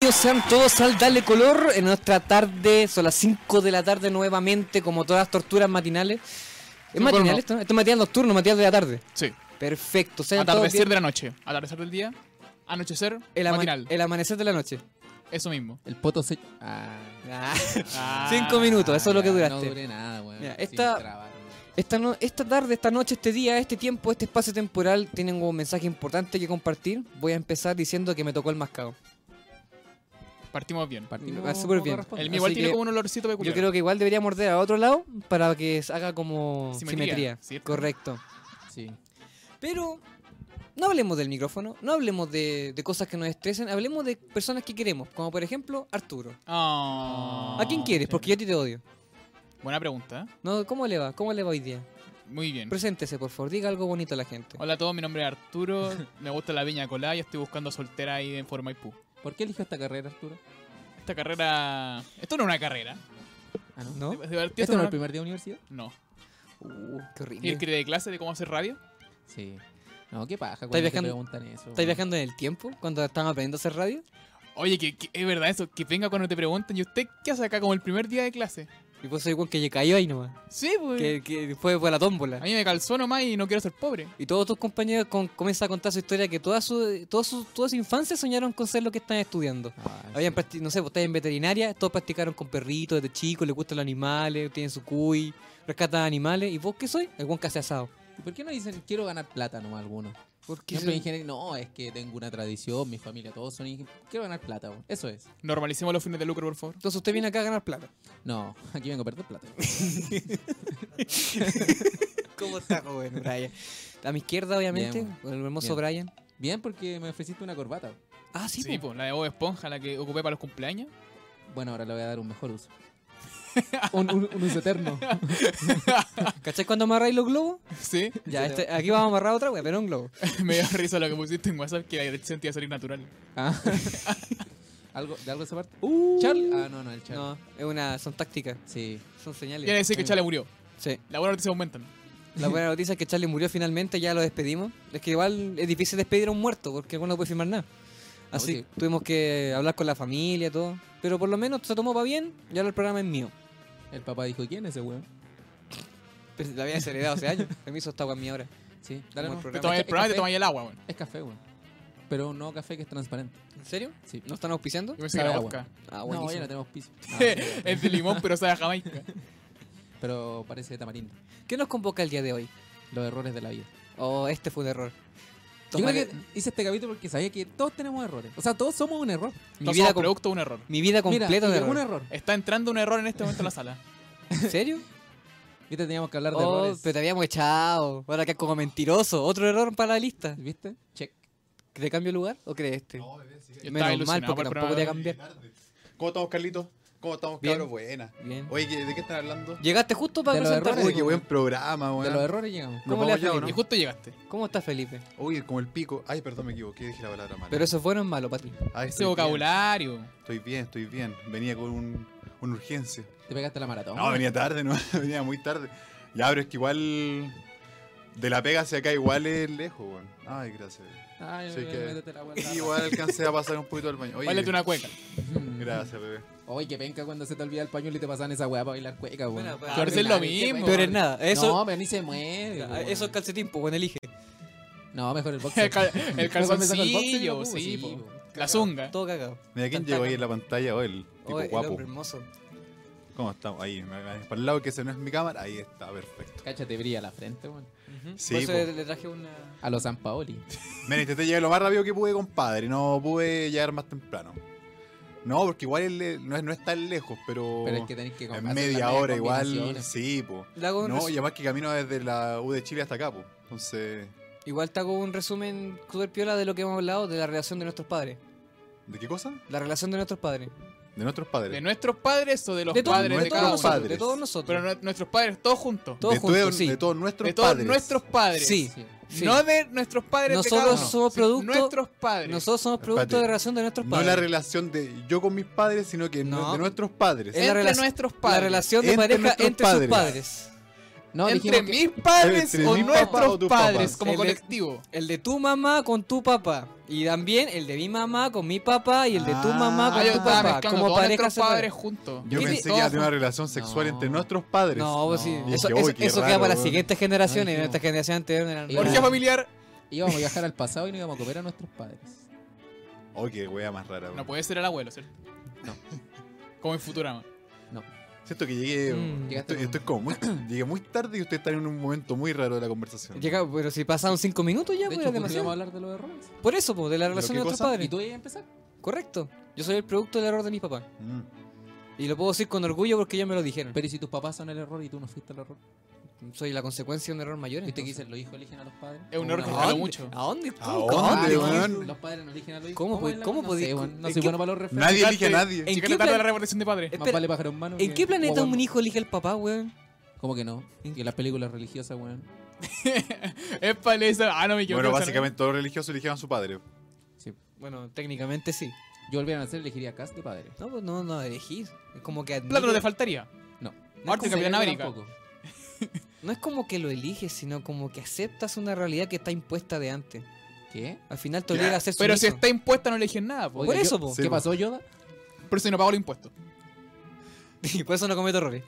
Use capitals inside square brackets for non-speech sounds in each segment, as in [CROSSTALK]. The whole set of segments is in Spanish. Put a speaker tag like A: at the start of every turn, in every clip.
A: Bienvenidos sean todos al Dale Color en nuestra tarde, son las 5 de la tarde nuevamente, como todas las torturas matinales. ¿Es
B: Nocturno.
A: matinal esto? Esto es matinal nocturno, matinal de la tarde.
B: Sí.
A: Perfecto, sean todos
B: Atardecer
A: bien-
B: de la noche. Atardecer del día. Anochecer.
A: el, ama- eh,
B: matinal.
A: el amanecer de la noche.
B: Eso mismo.
C: El poto se... Ah,
A: Ah. [LAUGHS]
B: Ah,
A: Cinco minutos, eso es lo que
C: ya, No
A: duraste.
C: duré nada, weón.
A: Mira,
C: sin
A: esta-
C: trabar, weón.
A: Esta, no- esta tarde, esta noche, este día, este tiempo, este espacio temporal tienen un mensaje importante que compartir. Voy a empezar diciendo que me tocó el mascado.
B: Partimos bien.
C: Partimos
A: va súper bien.
C: como
B: El mío igual
A: Pues, Así
B: tiene
A: que
B: como un olorcito peculiar.
A: Yo creo que igual debería morder a otro lado para que se haga como
B: Simetría,
A: simetría.
B: ¿cierto?
A: Correcto.
C: corresponde. Sí.
A: Pero no hablemos del micrófono, no hablemos de, de cosas que nos estresen, hablemos de personas que queremos, como por ejemplo Arturo.
B: Ah.
A: ¿A quién quieres? Porque yo a ti te odio.
B: Buena pregunta. ¿eh?
A: No, ¿Cómo le va? ¿Cómo le va hoy día?
B: Muy bien.
A: Preséntese, por favor, diga algo bonito a la gente.
B: Hola a todos, mi nombre
A: [LAUGHS]
B: es Arturo. Me gusta la viña colada y estoy buscando soltera ahí en Fort Maipú.
C: ¿Por qué eligió esta carrera, Arturo?
B: Esta carrera. Esto no es una carrera.
C: Ah, no.
A: ¿No?
B: De- de verdad,
C: ¿Esto no
B: es
C: era
B: una-
C: el primer día de universidad?
B: No.
A: Uh, qué
B: ¿Y el
A: horrible.
B: que de clase de cómo hacer radio?
C: Sí. No, qué paja cuando te
A: viajando-
C: preguntan eso.
A: ¿Estáis
C: weón.
A: viajando en el tiempo cuando están aprendiendo a hacer radio?
B: Oye, que, que- es verdad eso, que venga cuando te pregunten, ¿y usted qué hace acá como el primer día de clase?
A: Y vos soy igual que yo cayó ahí nomás.
B: Sí, pues.
A: Que, que fue por la
B: A
A: tómbola.
B: mí me calzó nomás y no quiero ser pobre.
A: Y todos tus compañeros con- comienzan a contar su historia que toda su, toda su, toda su infancia soñaron con ser lo que están estudiando.
C: Ah,
A: Habían practi- no sé, vos estás en veterinaria, todos practicaron con perritos desde chicos, les gustan los animales, tienen su cuy, rescatan animales. ¿Y vos qué soy? El buen que hace asado.
C: ¿Y ¿Por qué no dicen quiero ganar plata nomás alguno?
A: ¿Por qué
C: Siempre
A: soy-
C: ingeniero, no, es que tengo una tradición, mi familia, todos son ingenieros. Quiero ganar plata, weón. Eso es.
B: Normalicemos los fines de lucro, por favor.
A: Entonces usted viene acá a ganar plata.
C: No, [LAUGHS] aquí vengo a perder plata.
A: ¿Cómo está, joven Brian? [LAUGHS] A mi izquierda, obviamente,
C: Bien,
A: con el hermoso Brian.
C: Bien, porque me ofreciste una corbata.
A: Ah, sí,
B: Sí,
A: po.
B: pues, la de Bob Esponja, la que ocupé para los cumpleaños.
C: Bueno, ahora le voy a dar un mejor
A: [LAUGHS]
C: uso. un, un- un uso eterno.
A: ¿Cachai cuando amarráis los globos?
B: [LAUGHS] Sí, [LAUGHS]
A: Ya, este- aquí vamos a amarrar otra wea, pero un globo.
B: me dio risa lo que pusiste en WhatsApp, que la dirección te iba a salir natural.
C: Ah. ¿Algo, ¿De algo esa parte?
A: Uh,
C: ¿Charlie? Ah, no, no, el Charlie.
A: No, es una, son tácticas,
C: Sí.
A: son señales.
B: Quiere decir que Chale murió.
A: Sí.
B: La buena noticia aumentan.
A: La buena noticia es que Charlie murió finalmente, ya lo despedimos. Es que igual es difícil despedir a un muerto porque uno no puede firmar nada. Así
C: Oye.
A: tuvimos que hablar con la familia, todo. Pero por lo menos se tomó para bien y ahora el programa es mío.
C: El papá dijo, ¿quién es ese weón?
A: Pero la había acelerado hace [LAUGHS] años. Se me hizo esta en mi ahora.
C: Sí, dale
A: Como
C: no.
A: el programa.
B: Te tomas el
C: Es
B: programa y te
C: café.
B: tomas el agua, weón.
C: Es café, weón. Pero un nuevo café que es transparente.
A: ¿En serio?
C: Sí.
A: ¿No están auspiciando?
B: Yo pensé que era
C: Sabe
B: vodka.
A: Ah,
C: no,
A: buenísimo.
C: ya no tenemos piso.
B: [LAUGHS] es de limón, pero sabe a Jamaica.
C: pero parece de tamarindo.
A: ¿Qué nos convoca el día de hoy?
C: Los errores de la vida.
A: Oh, este fue un error.
C: Yo creo
A: Tomar-
C: que hice este capítulo porque sabía que todos tenemos errores. O sea, todos somos un error.
A: mi,
B: No
A: vida
B: somos
A: com-
B: producto de un error.
A: mi vida
C: Mira,
A: completa
C: y
A: de
C: un
A: error.
C: error.
B: Está entrando un error en este momento en la sala.
A: ¿En
C: [LAUGHS]
A: serio?
C: Viste, teníamos que hablar de
A: Oh,
C: errores.
A: pero te habíamos echado. Ahora que como mentiroso. Otro error para la lista.
C: ¿Viste? Check.
A: ¿Te cambio lugar o crees este?
B: Yo estaba
A: Menos mal,
B: ilusionado
A: porque
B: por
A: tampoco te voy a
B: el programa.
A: cambiar.
D: ¿Cómo estamos, Carlitos? ¿Cómo estamos,
A: Bien.
D: cabros? Buena.
A: Bien.
D: Oye, ¿qué- ¿de qué están hablando?
A: Llegaste justo para
C: De los
A: presentar.
D: Uy,
C: errores.
D: qué buen programa,
C: De los
D: weón.
C: errores llegamos.
D: No
A: ¿Cómo le
D: vamos
A: va,
D: ya, ¿o
A: Felipe?
B: Y justo llegaste.
A: ¿Cómo estás, Felipe?
D: Uy, como el pico. Ay, perdón, me equivoqué, dije la palabra mala.
A: Pero eso es bueno o es malo para ti.
B: Ese
D: Ay, estoy bien,
B: vocabulario.
D: Estoy bien, estoy bien. Venía con un, una urgencia.
C: Te pegaste la maratón.
D: No, venía tarde, no, [LAUGHS] venía muy tarde. Ya, pero es que igual. De la pega hacia acá igual es lejos, weón. Ay, gracias.
C: Ay,
D: Así
C: me-
D: que-
C: métete la weá.
D: [LAUGHS] Igual alcancé a pasar un poquito al baño.
A: [LAUGHS]
D: Oye,
B: Válete una cueca.
C: Mm.
D: Gracias, bebé.
C: Oye, que venga cuando se te olvida el pañuelo y te pasan esa weá para bailar cueca, weón.
A: Bueno, pues,
C: Qué
A: pero
B: es lo
C: ordinario, qué
B: mismo.
A: Peor
C: weón.
A: es nada. Eso,
C: No, pero ni se mueve. weón.
A: eso es calcetín, pues bueno, elige.
C: No, mejor el [LAUGHS] boxer.
B: El, cal- el
C: Mejor me saco el boxer y
B: calzoncillo,
C: lo pongo,
B: sí, po.
C: po.
B: La zunga.
A: Todo cagado.
D: Mira quién
A: Tanta-
D: llegó ahí en la pantalla hoy, el tipo
A: Oh, el
D: guapo.
A: hombre hermoso.
D: ¿Cómo estamos? Ahí, me- me- para el lado que ese no es mi cámara, ahí está, perfecto.
C: Cáchate, brilla la frente, weón.
D: Sí,
A: Por eso
D: po.
A: le, le traje una.
C: A los San Paoli.
D: Mira, intenté llegar lo más rápido que pude, compadre. No pude llegar más temprano. No, porque igual es le- no, es, no es tan lejos, pero,
C: Pero es que tenés que
D: es
C: hacer
D: media
C: las
D: hora
C: medias
D: igual.
C: combinaciones.
D: Sí, po.
A: Le hago un
D: No,
A: resu-
D: y además que camino desde la U de Chile hasta acá, po. Entonces,
A: Igual te hago un resumen super piola de lo que hemos hablado de la relación de nuestros padres.
D: ¿de qué cosa?
A: La relación de nuestros padres.
D: De nuestros padres.
B: ¿De nuestros padres o de los
A: de todos,
B: padres
A: de
B: de
A: todos
B: cada uno?
A: nosotros. De
D: Padres.
A: todos nosotros.
B: Pero nu- nuestros padres todos juntos.
A: todos
D: de,
A: juntos,
D: todo-
A: sí.
D: de todos nuestros
B: de todos
D: padres.
B: nuestros padres.
A: Sí,
C: Sí.
A: sí.
B: No de nuestros padres
A: Nosotros
B: de cada uno.
A: somos
B: Sí,
A: producto-
B: Nuestros padres.
A: Nosotros somos
D: Espérate.
A: producto de la relación de nuestros
D: No la
A: padres.
D: relación de yo con mis padres, sino que
A: No.
D: de nuestros padres.
A: Es la
B: entre
A: relac-
B: nuestros
A: La
B: padres.
A: relación de
D: Entre
A: pareja
D: nuestros
A: entre sus
D: padres.
A: padres.
C: No,
B: entre
C: dijimos que...
B: mis padres
D: Entre
B: o
D: mi papá o
B: nuestros
D: tus
B: padres
D: papás.
B: como
A: El de-
B: colectivo.
A: El de tu mamá con tu papá. Y también el de mi mamá con mi papá y el de tu
D: Ah,
A: mamá con
B: Ah, yo
A: tu
B: estaba
A: papá.
B: mezclando
A: Como
B: todos
A: pareja
B: nuestros
A: se trata.
B: padres juntos.
D: Yo
A: ¿Qué
D: pensé que
A: te-
D: iba a
A: todos-
D: tener una relación sexual
C: No.
D: entre nuestros padres.
A: No, pues sí.
C: No.
A: Eso,
D: Dije,
A: eso-
D: uy, qué
A: eso
D: raro,
A: queda para las
D: weón.
A: siguientes generaciones.
C: Ay,
A: En estas generaciones anteriores no eran
C: Porque
B: Orgía
A: raras.
B: familiar.
C: Íbamos a viajar al pasado y no íbamos a comer a nuestros padres.
D: Oh, qué wea más rara.
B: No
D: weón.
B: puede ser el abuelo, ¿cierto?
C: No.
B: [LAUGHS] Como en Futurama.
D: Siento que llegué.
A: Mm.
C: Llegaste
D: Estoy,
C: como-
D: estoy como muy, llegué muy tarde y ustedes están en un momento muy raro de la conversación.
A: Llega- pero si pasaron cinco minutos ya,
C: de
A: pues,
C: hecho,
A: era
C: justo íbamos a
A: demasiado.
C: hablar de los errores.
A: Por eso, pues, de la relación
D: qué
A: de nuestros
D: cosa?
A: padres.
C: ¿Y tú ibas a empezar?
A: Correcto. Yo soy el producto del error de mis papás.
D: Mm.
A: Y lo puedo decir con orgullo porque ellos me lo dijeron.
C: Pero ¿y si tus papás son el error y tú no fuiste el error?
A: soy la consecuencia de un error mayor.
C: ¿Viste que
A: entonces.
C: dicen los hijos eligen a los padres?
B: Es un
C: ¿O
B: error
C: una
B: que
A: ¿A
B: jala
A: dónde?
B: mucho.
A: ¿A dónde?
D: ¿A
A: ¿Cómo?
D: dónde,
A: ¿Dónde?
D: weón?
C: Los padres no eligen a los hijos.
A: ¿Cómo podí-
C: es la-
A: cómo
C: no
A: podí-
C: sé, weón, No
A: ¿en
C: soy
A: qué-
C: bueno para los referentes.
D: Nadie elige a
B: Llegaste-
D: nadie.
A: ¿En qué
B: Llegaste tarde a
A: plan-
B: la revolución de padres.
A: Eh,
C: Más
A: Espera,
C: vale pájaro en mano.
A: ¿En
C: que
A: qué planeta
C: guagua en
A: un
C: mano.
A: hijo elige al papá, weón?
C: ¿Cómo que no?
A: ¿En
C: Y en las películas religiosas, weón.
A: Eh.
B: Es para esa. Ah, no me equivoco.
D: Bueno,
B: esa no.
D: básicamente todos los religiosos eligieron a su padre.
A: Bueno, técnicamente sí.
C: Yo volviera a nacer elegiría cast de padre.
A: No, pues no, no elegís. Es como que admiro-
B: Plátano te faltaría.
A: No es,
C: No.
B: Marte,
A: como,
B: Capitán
C: Cerebro
B: América.
C: tampoco.
A: no es como que lo eliges, sino como que aceptas una realidad que está impuesta de antes.
C: ¿Qué?
A: Al final te
D: Ya,
A: obliga a ser
B: Pero si
A: sumiso.
B: está impuesta, no eligen nada. po.
A: Por
C: Oiga,
A: eso,
C: yo-
A: po.
D: Sí,
C: ¿Qué
D: po.
C: pasó, Yoda?
B: Por eso no pago los impuestos.
A: [LAUGHS] Y por eso no cometo errores.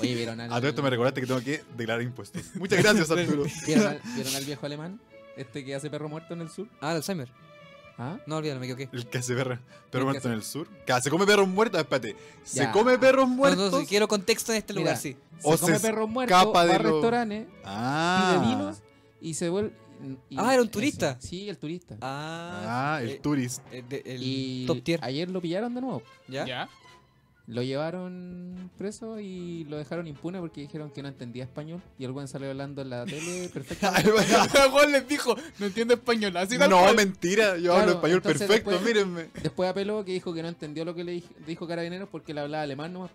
C: Oye, ¿vieron al,
D: [LAUGHS] A todo esto me recordaste que tengo que declarar impuestos. Muchas gracias, Arturo.
C: ¿vieron al, vieron al viejo alemán? Este que hace perro muerto en el sur.
A: Ah, el Alzheimer.
C: ¿Ah?
A: No, olvídalo, me equivoqué.
D: El que hace perro,
C: El que
D: perro muerto
C: hace-
D: en el sur. Que se come perros muertos, espérate. Se
C: Ya.
D: come perros
A: Ah, No,
D: muertos.
A: no, si quiero contexto en este
C: Mira.
A: lugar, sí.
C: Se
D: O
C: come
D: se
C: perro muerto,
D: escapa
C: va
D: de
C: a
D: lo-
C: restaurantes,
D: Ah.
C: pide vinos y se vuelve... y-
A: Ah, era un
C: eso.
A: turista.
C: Sí, el turista.
A: Ah,
D: Ah,
A: eh,
D: el turis.
A: [LAUGHS] el, de- el
C: y
A: top tier.
C: ayer lo pillaron de nuevo.
A: ¿Ya?
B: ¿Ya?
C: Lo llevaron preso y lo dejaron impune porque dijeron que no entendía español. Y el weón salió hablando en la tele
D: [LAUGHS]
C: perfectamente.
B: [LAUGHS] Juan les dijo, no entiendo español. Así tal
D: No,
B: cual.
D: mentira. Yo
C: Claro,
D: hablo español
C: entonces
D: perfecto,
C: después-
D: mírenme.
C: Después apeló que dijo que no entendió lo que le dij- dijo Carabineros porque le hablaba alemán
B: [LAUGHS]
C: nomás.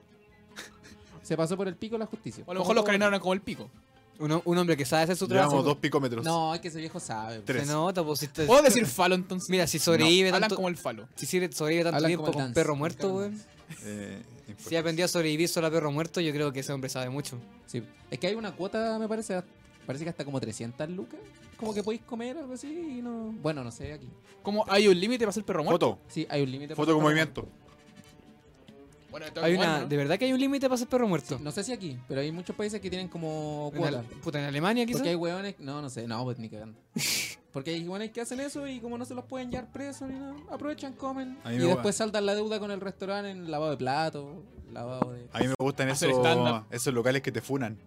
C: Se pasó por el pico la justicia.
B: O a lo mejor los
C: Como-
B: carineros eran como el pico.
A: Un, hom- un hombre que sabe hacer su trabajo.
D: Llevamos dos picómetros.
C: No, es que ese viejo sabe.
D: Tres.
A: Se nota, pues, si está-
B: ¿Puedo decir falo entonces?
A: Mira, si sobrevive
B: sobrevive Hablan
A: tanto,
B: como el falo.
A: si sirve- sobrevive tanto
C: Hablan como
A: tiempo
C: el
A: con
C: dance,
A: perro
C: como el
A: muerto,
C: perro
A: weón.
C: dance.
D: Eh,
A: Si aprendió a sobrevivir solo a perro muerto, yo creo que ese hombre sabe mucho.
C: Sí. Es que hay una cuota, me parece, parece que hasta como 300 lucas. Como que podéis comer algo así y no... Bueno, no sé, aquí.
B: Como hay un límite para ser perro muerto.
D: Foto.
C: Sí, hay un límite. para
D: Foto con
C: el perro
D: movimiento.
B: Bueno, esto es
A: Hay
B: igual,
A: una,
B: ¿no?
A: de verdad que hay un límite para ser perro muerto.
C: muerto. No sé si aquí, pero hay muchos países que tienen como
A: En
C: cuota.
A: Ale- puta, en Alemania quizás.
C: Porque hay hueones... No, no sé, no, pues ni cagando. [LAUGHS] Porque hay hueones que hacen eso y como no se los pueden llevar presos ni nada, aprovechan, comen.
D: A mí
C: Y
D: me-
C: después saltan la deuda con el restaurante en lavado de plato, lavado de...
D: A mí me gustan
B: Hacer
D: esos,
B: stand-up.
D: esos locales que te funan.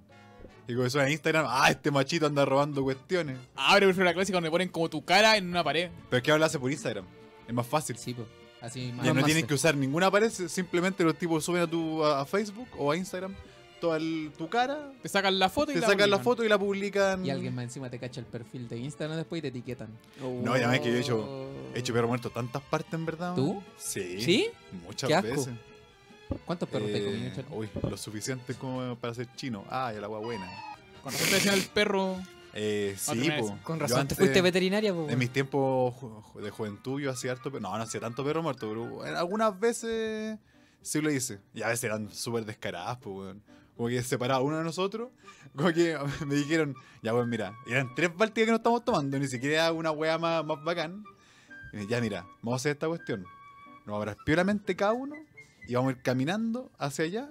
D: Y como suena en Instagram, ah, este machito anda robando cuestiones.
B: Ah, pero prefiero la clásica donde ponen como tu cara en una pared.
D: Pero es que habla hace por Instagram. Es más fácil.
C: Sí, pues. Así más
D: Ya no
C: más
D: tienes
C: se-
D: que usar ninguna pared, si- simplemente los tipos suben a tu a, a Facebook o a Instagram toda el- tu cara,
B: Te sacan la foto y
D: te
B: la
D: sacan la
B: publican.
D: foto y la publican.
C: Y alguien más encima te cacha el perfil de Instagram después y te etiquetan.
D: No, ya ves que yo he hecho- He hecho perro muerto tantas partes, en verdad.
C: ¿Tú?
D: Sí.
A: ¿Sí?
D: Muchas
A: Qué asco.
D: veces.
C: ¿Cuántos perros te
D: Eh,
C: comí, Chelo?
D: uy, lo suficiente como para ser chino. Ah, y el agua buena.
B: Con razón te decían el perro.
D: Eh, sí,
B: Otra vez.
D: po.
A: Con
D: Yo
A: razón,
D: antes-
A: te fuiste veterinaria, po,
D: En
A: weón.
D: mis tiempos ju- ju- de juventud yo hacía harto perro. No, no hacía tanto perro muerto, pero en- algunas veces sí lo hice. Y a veces eran súper descaradas, pues, weón. Como que separaba uno de nosotros. Como que [LAUGHS] me dijeron, ya, weón, mira, eran tres partidas que nos estamos tomando, ni siquiera una weá más, más bacán. Y me- ya, mira, vamos a hacer esta cuestión. Nos abrazamos piolamente cada uno y vamos a ir caminando hacia allá.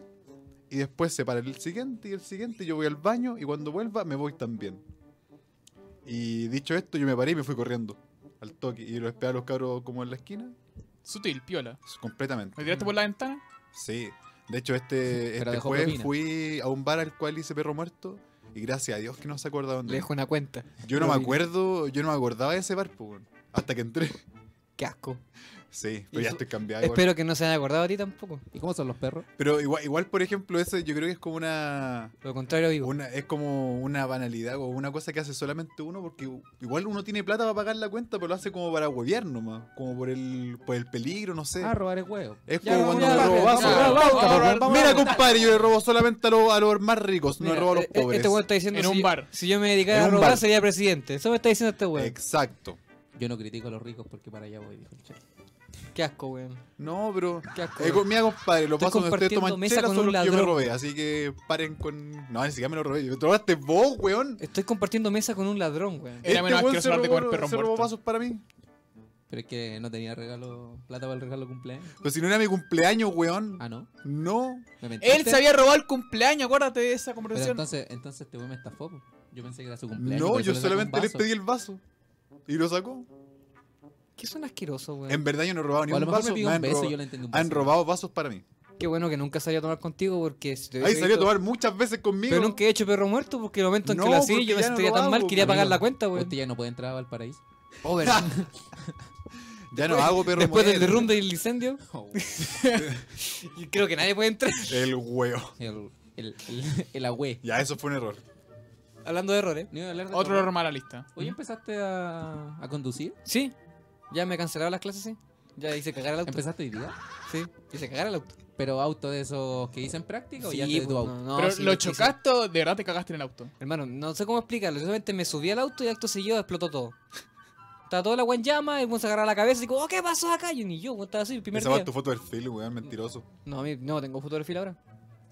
D: Y después se para el siguiente y el siguiente. Yo voy al baño y cuando vuelva me voy también. Y dicho esto, yo me paré y me fui corriendo al toque. Y lo esperaba a los cabros como en la esquina.
B: Sutil, piola.
D: Completamente.
B: ¿Me tiraste por la ventana?
D: Sí. De hecho, este,
C: Pero
D: este
C: dejó
D: jueves
C: propina.
D: fui a un bar al cual hice perro muerto. Y gracias a Dios que no se acordaban
A: Le
D: de mí.
A: dejo una cuenta.
D: Yo no me
A: propina.
D: acuerdo, yo no me acordaba de ese bar, po, weón, hasta que entré. [LAUGHS]
A: Qué asco.
D: Sí,
A: Y
D: pero ya
A: eso-
D: estoy cambiado. igual.
A: Espero que no se haya acordado a ti tampoco.
C: ¿Y cómo son los perros?
D: Pero igual, igual, por ejemplo, ese yo creo que es como una,
A: Lo contrario vivo.
D: una- es como una banalidad o una cosa que hace solamente uno, porque igual uno tiene plata para pagar la cuenta, pero lo hace como para hueviar nomás, como por el, por el peligro, no sé.
C: Ah, robar el huevo.
D: Es
C: Ya,
D: como
C: vamos
D: cuando
C: a
D: le
C: la
D: robo
C: patria,
D: vaso.
C: ya,
D: Ah,
C: vamos a
B: vamos a
C: robar,
B: robar.
C: vamos a
D: Mira,
C: robar.
D: compadre, yo le robo solamente a los, a los más ricos, no
A: Mira,
D: le robo a
C: e,
D: los
A: eh, eh,
D: pobres.
A: Este weón está diciendo
B: En
A: si
B: un
A: yo-
B: bar.
A: Si yo me dedicara
D: En
A: a
D: un
A: robar
D: bar.
A: sería presidente. Eso me está diciendo este weón.
D: Exacto.
C: Yo no critico a los ricos porque para allá voy, dijo el Chelo.
A: Qué asco, weón.
D: No, pero.
A: Qué asco.
D: Eh,
A: weón.
D: con- mira, compadre, los
A: Estoy
D: pasos donde ustedes
A: compartiendo
D: toman
A: mesa
D: chela
A: con
D: son
A: un
D: los que yo me
A: ladrón.
D: robé, así que paren con. No, ni siquiera me lo robé. Yo te robaste vos, weón.
C: Eh,
D: Este
A: Estoy compartiendo mesa con un ladrón, weón.
B: Era menos
D: weón
B: asqueroso hablar de comer perro
D: se robó
B: muerto.
D: vasos para mí.
C: Pero es que no tenía regalo, plata para el regalo de cumpleaños.
D: Pues si no era mi cumpleaños, weón.
C: Ah, no.
D: No.
C: Me mentiste.
B: Él se había robado el cumpleaños, acuérdate de esa
C: Este- Pero
B: conversación.
C: entonces, entonces este weón me estafó. po. Yo pensé que era su cumpleaños.
D: No,
C: por eso
D: yo
C: le saqué un
D: solamente le
C: vaso.
D: pedí el vaso. Y lo sacó.
A: ¿Qué son asquerosos, weón?
D: En verdad yo no he robado ni
C: O a
D: un
C: lo mejor
D: vaso.
C: me pidió
D: me
C: un
D: han,
C: beso
D: roba-
C: y yo le entendí un beso.
D: han robado vasos para mí.
A: Qué bueno que nunca salió a tomar contigo porque si te hubiese
D: Ahí salió a
A: visto-
D: tomar muchas veces conmigo.
A: Pero nunca he hecho perro muerto porque el momento en que
D: No,
A: lo hacía
D: porque
A: yo me
D: ya no
A: sentía
D: lo
A: tan mal,
D: hago,
A: quería
D: amigo.
A: pagar la cuenta, weón.
C: Usted ya no puede entrar a Valparaíso.
A: Oh,
D: [LAUGHS]
A: verdad.
D: ya no Oh, hago perro
A: Después del
D: muerto.
A: derrumbe y el incendio, [LAUGHS] y creo que nadie puede entrar. [LAUGHS]
D: El huevo.
C: El, el, el, el agüe.
D: Ya, eso fue un error.
A: Hablando de errores.
C: No iba a hablar de
B: Otro
C: tu-
B: error mala lista.
C: Hoy empezaste a, a conducir.
A: Sí, ya me cancelaron las clases, sí. Ya hice cagar el auto.
C: Empezaste hoy día.
A: Sí, hice cagar el auto.
C: Pero auto de esos que hice en práctica o ya te
A: Sí,
C: de tu
A: pues,
C: auto.
A: no, no,
B: Pero
A: sí,
B: lo
A: hice.
B: chocaste, o de verdad te cagaste en el auto.
A: Hermano, no sé cómo explicarlo. Yo solamente me subí al auto y acto seguido explotó todo. Estaba toda la agua en llama, el weón se agarraba la cabeza y digo, "Oh, ¿qué pasó acá? Yo ni yo, weón, estaba así el primer
D: Esa
A: día.
D: va tu foto del film, weón, mentiroso.
A: No, a mí no, tengo foto de perfil ahora.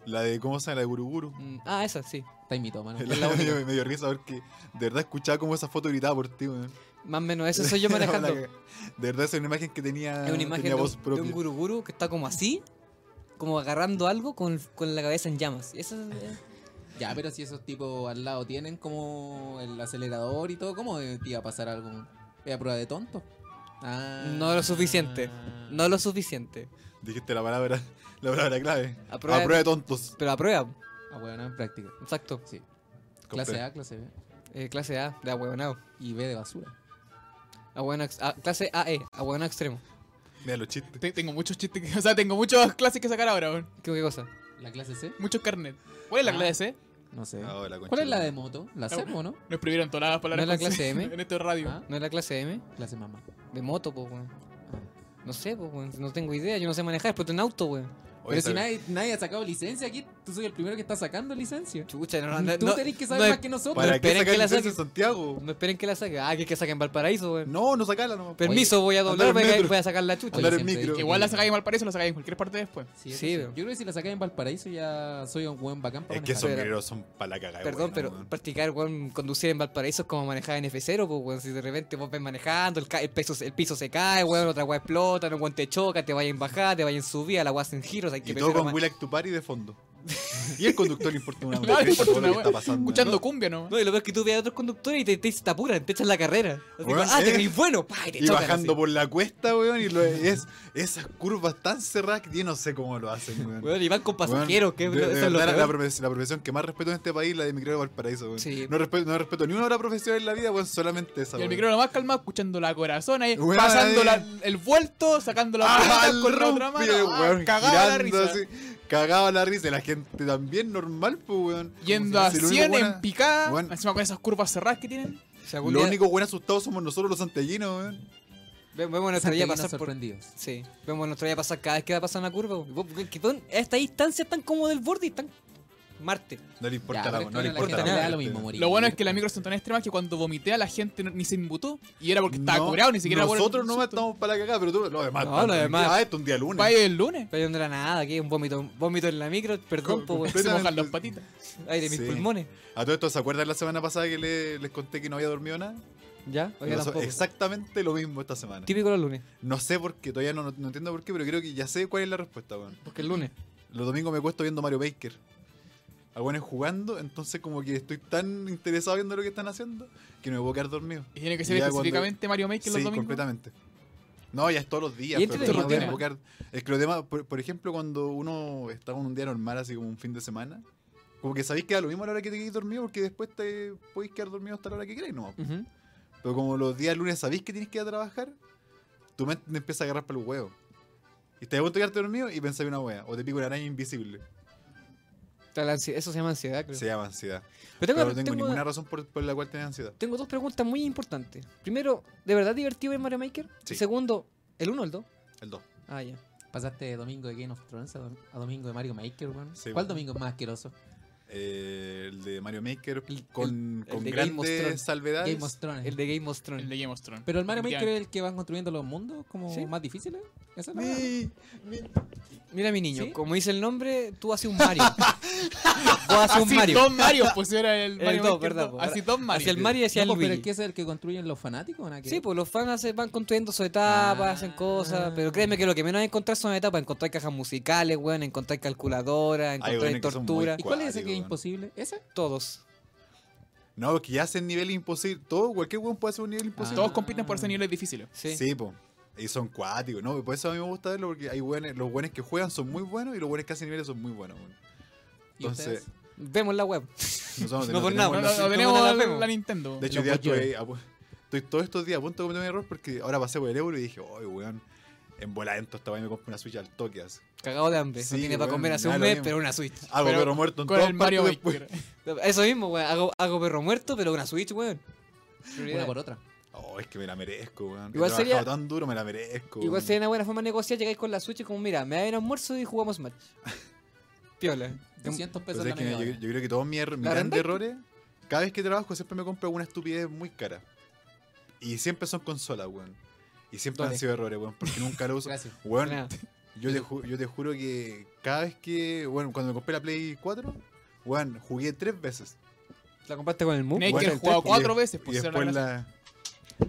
D: La de, ¿cómo se llama? La de Guruguru.
A: Mm, ah, esa, sí.
C: Está invitado,
D: [LAUGHS]
C: mano.
D: La me, dio, me dio risa porque de verdad escuchaba como esa foto gritaba por ti, weón.
A: Más o menos, eso soy
D: [LAUGHS]
A: yo manejando.
D: de verdad esa es una imagen que tenía,
A: Es una imagen
D: Ah, tenía
A: de,
D: voz
A: un- de
D: propia.
A: un guruguru que está como así, como agarrando algo con, con la cabeza en llamas. Eso es- eh,
C: Ya, pero si esos tipos al lado tienen como el acelerador y todo, ¿cómo te iba a pasar algo? ¿Es a prueba de tonto? Ah,
A: no lo suficiente. No lo suficiente.
D: Dijiste la palabra, [LAUGHS] la palabra clave.
A: A
D: A
A: prueba
D: prueba,
A: de-
D: de tontos.
A: Pero a prueba,
C: Ah, bueno, en práctica.
A: exacto.
C: Sí. Clase A, clase B.
A: Eh, clase A, de ahueonado.
C: Y B de basura.
A: Ahueonao ex- ah, clase AE, ahueonao extremo.
D: Mira los chistes.
B: Te- Tengo muchos chistes, que- [LAUGHS] o sea, tengo muchas clases que sacar ahora, weón.
A: ¿Qué, qué cosa?
C: ¿La clase C?
B: Muchos carnet. ¿Cuál es la
C: Ah.
B: clase?
C: No sé.
D: Ah, hola,
C: ¿Cuál
D: concha
C: es la
D: tu
C: de moto? ¿La C o no?
B: Nos prohibieron todas las palabras.
A: ¿No es la
B: con C
A: clase M?
B: [LAUGHS] En esto de radio.
C: Ah.
A: ¿No es la clase M?
C: Clase mamá.
A: De moto, pues, weón. No sé, pues, weón. No tengo idea. Yo no sé manejar, pero en auto, weón.
D: madre.
C: Pero
D: Oye,
C: si
D: esa-
C: nadie, nadie ha sacado licencia aquí, tú soy el primero que está sacando licencia.
A: Chucha, [LAUGHS] no, no,
C: Tú
A: no,
C: tenés que
A: no
C: saber
A: es-
C: más que nosotros.
A: no
D: ¿Para qué
A: esperen
D: sacar
A: que la
D: licencia en
A: saquen.
D: Santiago?
A: No esperen que la saque. Ah, que, que saquen Valparaíso, weón.
D: No, no sacarla nomás.
A: Permiso, voy a
D: andar
A: doblar,
D: en
A: voy a,
D: metro.
A: voy a sacar la chucha.
D: Andar en
C: siempre
D: micro.
C: dije-
B: Igual la sacáis en Valparaíso, la sacáis en cualquier parte
D: [LAUGHS]
B: después.
C: Sí, eso
A: Sí,
C: sí.
A: pero-
C: Yo creo que si la sacáis en Valparaíso ya soy un buen bacán para
D: Es que esos
A: Espera.
D: mineros son para la cagada.
A: Perdón,
D: buena,
A: pero
D: weón.
A: practicar, weón, conducir en Valparaíso es como manejar en F0, pues, weón. Si de repente vos ves manejando, el, ca- el peso, se- el piso se cae, weón, otra weón explota, no weón te choca, te vayan en bajada, te vayan en subida, la weón en giros, hay que
D: Y
A: pensar
D: todo con
A: más-
D: Will Act to Party de fondo. Y el conductor le importa una
B: Claro,
D: mierda todo lo que
B: una
D: está
B: wea.
D: pasando.
B: Escuchando cumbia, ¿no?
A: No, y lo peor es que tú ves a otros conductores y te, te, te apuran, te echan la carrera. Así
D: Weón,
A: como, ah, te
D: eh.
A: creís bueno, pa, y te
D: Y
A: chocan
D: bajando
A: así.
D: por la cuesta, weón, y lo- es, esas curvas tan cerradas que yo no sé cómo lo hacen, weón.
A: Weón, y van con pasajeros,
D: Weón,
A: que
D: de-
A: eso
D: de
A: es lo
D: verdad, la,
A: peor.
D: profesión, la profesión que más respeto en este país, la de micro de Valparaíso, weón.
A: Sí.
D: No, respeto, no respeto ni una otra profesión en la vida, weón, solamente esa,
B: Y el
D: weón.
B: micrófono más calmado, escuchando la corazón ahí,
D: Weón,
B: pasando
D: ahí.
B: la- el vuelto, sacando la
D: Ah,
B: pelota con la otra mano.
D: rompe,
B: ah,
D: weón,
B: cagaba la
D: girando
B: risa.
D: así, cagaba la risa, y la gente también normal, pues, weón.
B: Yendo
D: Como
B: a
D: si- si lo único
B: 100
D: buena-
B: en picada,
D: Weón.
B: encima con esas curvas cerradas que tienen.
A: Si algún
D: Lo
A: día
D: único buen asustados somos nosotros los santellinos, weón.
A: ve- vemos a nuestra vida
C: Santiaguinos
A: pasar por...
C: sorprendidos.
A: Sí, vemos a nuestra vida pasar cada vez que va a pasar una curva, weón. Vos- que- weón, A esta distancia están como del borde y están... Marte.
D: No le importa
C: Ya,
D: la
C: pero es que
D: no le
C: a la
D: importa
C: gente
D: la
C: le da lo
D: muerte.
C: mismo morir.
B: Lo bueno es que la micro son tan extremas que cuando vomité a la gente no- ni se imbutó. Y era porque estaba curado, ni siquiera era por el
D: Nosotros no
B: susto.
D: estamos para la cagada, pero tú, lo demás.
A: No,
D: tanto,
A: lo demás.
D: Ah, esto un día lunes.
B: Vaya el lunes.
A: Pero yo no era nada, aquí un vómito, vómito en la micro, perdón, po, [LAUGHS] weón.
D: Pero
B: Se mojan
D: también-
B: las patitas.
A: Ay, de mis
D: Sí.
A: pulmones.
D: A todo esto, ¿se acuerdan la semana pasada que le- les conté que no había dormido nada?
A: Ya,
D: Me
A: oiga
D: pasó
A: tampoco.
D: exactamente lo mismo esta semana.
A: Típico los lunes,
D: No sé por qué, todavía no, no- no entiendo por qué, pero creo que ya sé cuál es la respuesta, weón.
A: porque el lunes.
D: Los domingos me cuesto viendo Mario Baker. A buenos jugando, entonces como que estoy tan interesado viendo lo que están haciendo que no me puedo quedar dormido.
B: Y tiene que ser
D: Ya cuando-
B: específicamente Mario Maker
D: Sí,
B: los domingos.
D: completamente. No, ya es todos los días.
A: Y este
D: pero
A: entretenido,
D: los demás
B: ¿no?
D: me puedo quedar- es que los demás, por, por ejemplo, cuando uno está con un día normal, así como un fin de semana, como que sabéis que da lo mismo a la hora que te quedáis dormido, porque después te podéis quedar dormido hasta la hora que queráis, no.
A: Ujú.
D: Pero como los días lunes sabéis que tienes que ir a trabajar, tu mente te empieza a agarrar para el huevo. Y te gusta quedarte dormido y pensáis una wea. O te pico una araña invisible.
A: Está la ansi- Eso se llama ansiedad, creo.
D: Se llama ansiedad.
A: Pero
D: Pero
A: tengo,
D: no tengo
A: tengo-
D: ninguna razón por, por la cual tener ansiedad.
A: tengo dos preguntas muy importantes. Primero, ¿de verdad divertido el Mario Maker?
D: Sí.
A: Y Segundo, ¿el 1 o el 2?
D: El 2.
A: Ah, ya.
C: Pasaste de domingo de Game of Thrones a, dom- a domingo de Mario Maker, weón.
D: Sí,
C: ¿Cuál
D: weón.
C: domingo es más asqueroso?
D: Eh, el de Mario Maker
A: El-
D: con,
A: el
D: con
A: de Game of Thrones.
D: grandes salvedades.
C: Game of Thrones.
A: El de Game of Thrones.
B: El de Game of Thrones.
C: Pero el Mario
B: Ya.
C: Maker es el que van construyendo los mundos como
A: Sí.
C: más difíciles. ¿Esa es la verdad?
D: Mi- mi-
A: Ah. Mira mi niño,
B: ¿Sí?
A: como dice el nombre, tú haces un
C: [LAUGHS]
A: Mario. Vos haces un
B: Así
A: Mario.
B: dos Marios, pues era el
A: El
B: Mario
A: dos,
B: Maker
A: ¿verdad,
B: dos.
A: po?
B: Así dos Marios.
A: Hacia el Mario y hacia
C: No, pues,
A: el
C: pero es
A: Luigi.
C: que es el que construyen los fanáticos, ¿o nada que
A: Sí,
C: ver?
A: pues los fans hacen- van construyendo su etapa,
C: Ah.
A: hacen cosas, pero créeme que lo que menos encontrar son etapas, encontrar cajas musicales, weón, encontrar calculadoras, encontrar
D: weones que son muy
A: tortura,
C: ¿Y cuál es ese
D: Cuático,
C: que es
D: weón.
C: imposible? ¿Ese?
A: todos.
D: No, porque ya hacen nivel imposible. Todo, cualquier weón puede hacer un nivel imposible.
B: Pues, Todos compiten por ser niveles difíciles.
A: Ah, Sí.
D: Sí, po. Y son cuáticos, ¿no? Y Por eso a mí me gusta verlo, porque hay buenos, los buenos que juegan son muy buenos y los buenos que hacen niveles son muy buenos, weón.
C: ¿Y ustedes?
D: Entonces,
A: Vemos la web. [LAUGHS]
D: nosotros
A: No por
D: tenemos
A: nada,
B: No,
D: la-
B: no,
A: sí,
B: no,
A: ¿cómo
B: tenemos
A: no la
B: la,
A: vemos?
B: la Nintendo.
D: De hecho, hoy
A: Los
D: día estoy,
A: boyones.
D: a pu- estoy todos estos días a punto de cometer un error porque ahora pasé por el euro y dije, oye, weón, en voladiento esta vaina me compro una Switch al toque. así".
A: Cagado de hambre.
D: Sí,
A: no tiene para
D: weón,
A: comer hace
D: da
A: un
D: lo
A: mes,
D: mismo.
A: pero una Switch.
D: Hago
B: Pero
D: pero, muerto en
B: Con
D: todas
B: el
D: partes
B: Mario
D: después.
B: Maker.
A: Eso mismo, weón. Hago, hago perro muerto, pero una Switch, weón.
C: Una por otra.
D: Oh, es que me la merezco, weón.
A: Igual
D: Igual
A: sería-
D: sería... tan duro, me la merezco.
A: Igual
D: weón.
A: sería una buena forma de negociar, llegáis con la Switch y como, mira, me da un almuerzo y jugamos Smash. [LAUGHS] Piola.
C: 200 pesos
D: Entonces, Pues es
C: la
D: que yo,
C: media hora.
D: yo creo que todos mis, er- mis
A: ¿La
D: grandes
A: arrendaste?
D: errores, cada vez que trabajo siempre me compro una estupidez muy cara. Y siempre son consolas, weón. Y siempre
A: Dale.
D: han sido errores, weón, porque nunca lo uso.
C: Gracias.
D: Weón,
A: Nada.
D: [LAUGHS] Yo te, ju- yo te juro que cada vez que. Bueno, cuando me compré la Play 4, weón, jugué tres veces.
A: ¿La compraste con el Mu?
B: Tenés
D: Weón,
B: que
D: el
B: haber jugado
D: tres-
B: cuatro
D: y-
B: veces,
D: Y
B: pues era
D: después
B: la
D: la.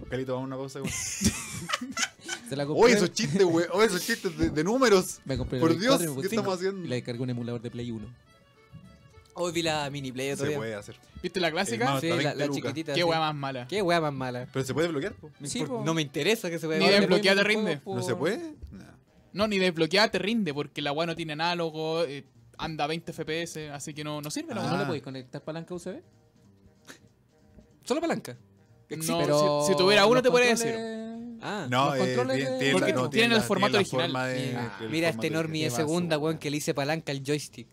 D: Calito, vamos a una pausa, weón.
C: Se la compré.
D: Oye, esos chistes, weón. Oye, esos chistes de, de números.
C: Me compré la
D: Por
C: Play
D: Dios,
C: 4 y me
D: ¿qué
C: compré
D: estamos
C: cinco.
D: haciendo?
C: Y le descargué un emulador de Play 1.
A: Hoy vi la mini play otro
D: Se
A: día.
D: puede hacer.
B: ¿Viste la clásica?
D: Hermano,
A: Sí,
D: hasta
A: la,
D: 20
A: la
D: lucas.
A: chiquitita.
B: Qué
A: sí.
B: wea más mala.
A: Qué wea más mala.
D: Pero se puede bloquear, po.
A: Me
C: Sí,
A: import-
C: po.
A: no me interesa que se vea.
B: Ni
A: Ahora
B: desbloquear
A: le
B: te
A: pongo-
B: rinde.
D: ¿No se puede? No.
B: No, ni desbloqueada te rinde porque la weá no tiene análogo, eh, anda a 20 FPS, así que no, no sirve la
C: Pero
B: weá.
C: ¿No
D: Ah.
C: le podéis conectar palanca USB?
A: Solo palanca.
B: No, si, si tuviera uno te podría decir.
A: Ah.
D: No,
C: Los
D: eh,
C: controles
D: tiene-
C: de-
D: tiene
B: Porque
D: la- no,
B: tienen el
D: la-
B: formato
D: la
B: original. Ah,
D: forma de-
A: Mira,
D: el
A: mira
D: formato
A: este Normi
D: original.
A: de
C: Qué vaso,
A: segunda,
C: weón.
A: weón, que le hice palanca al joystick.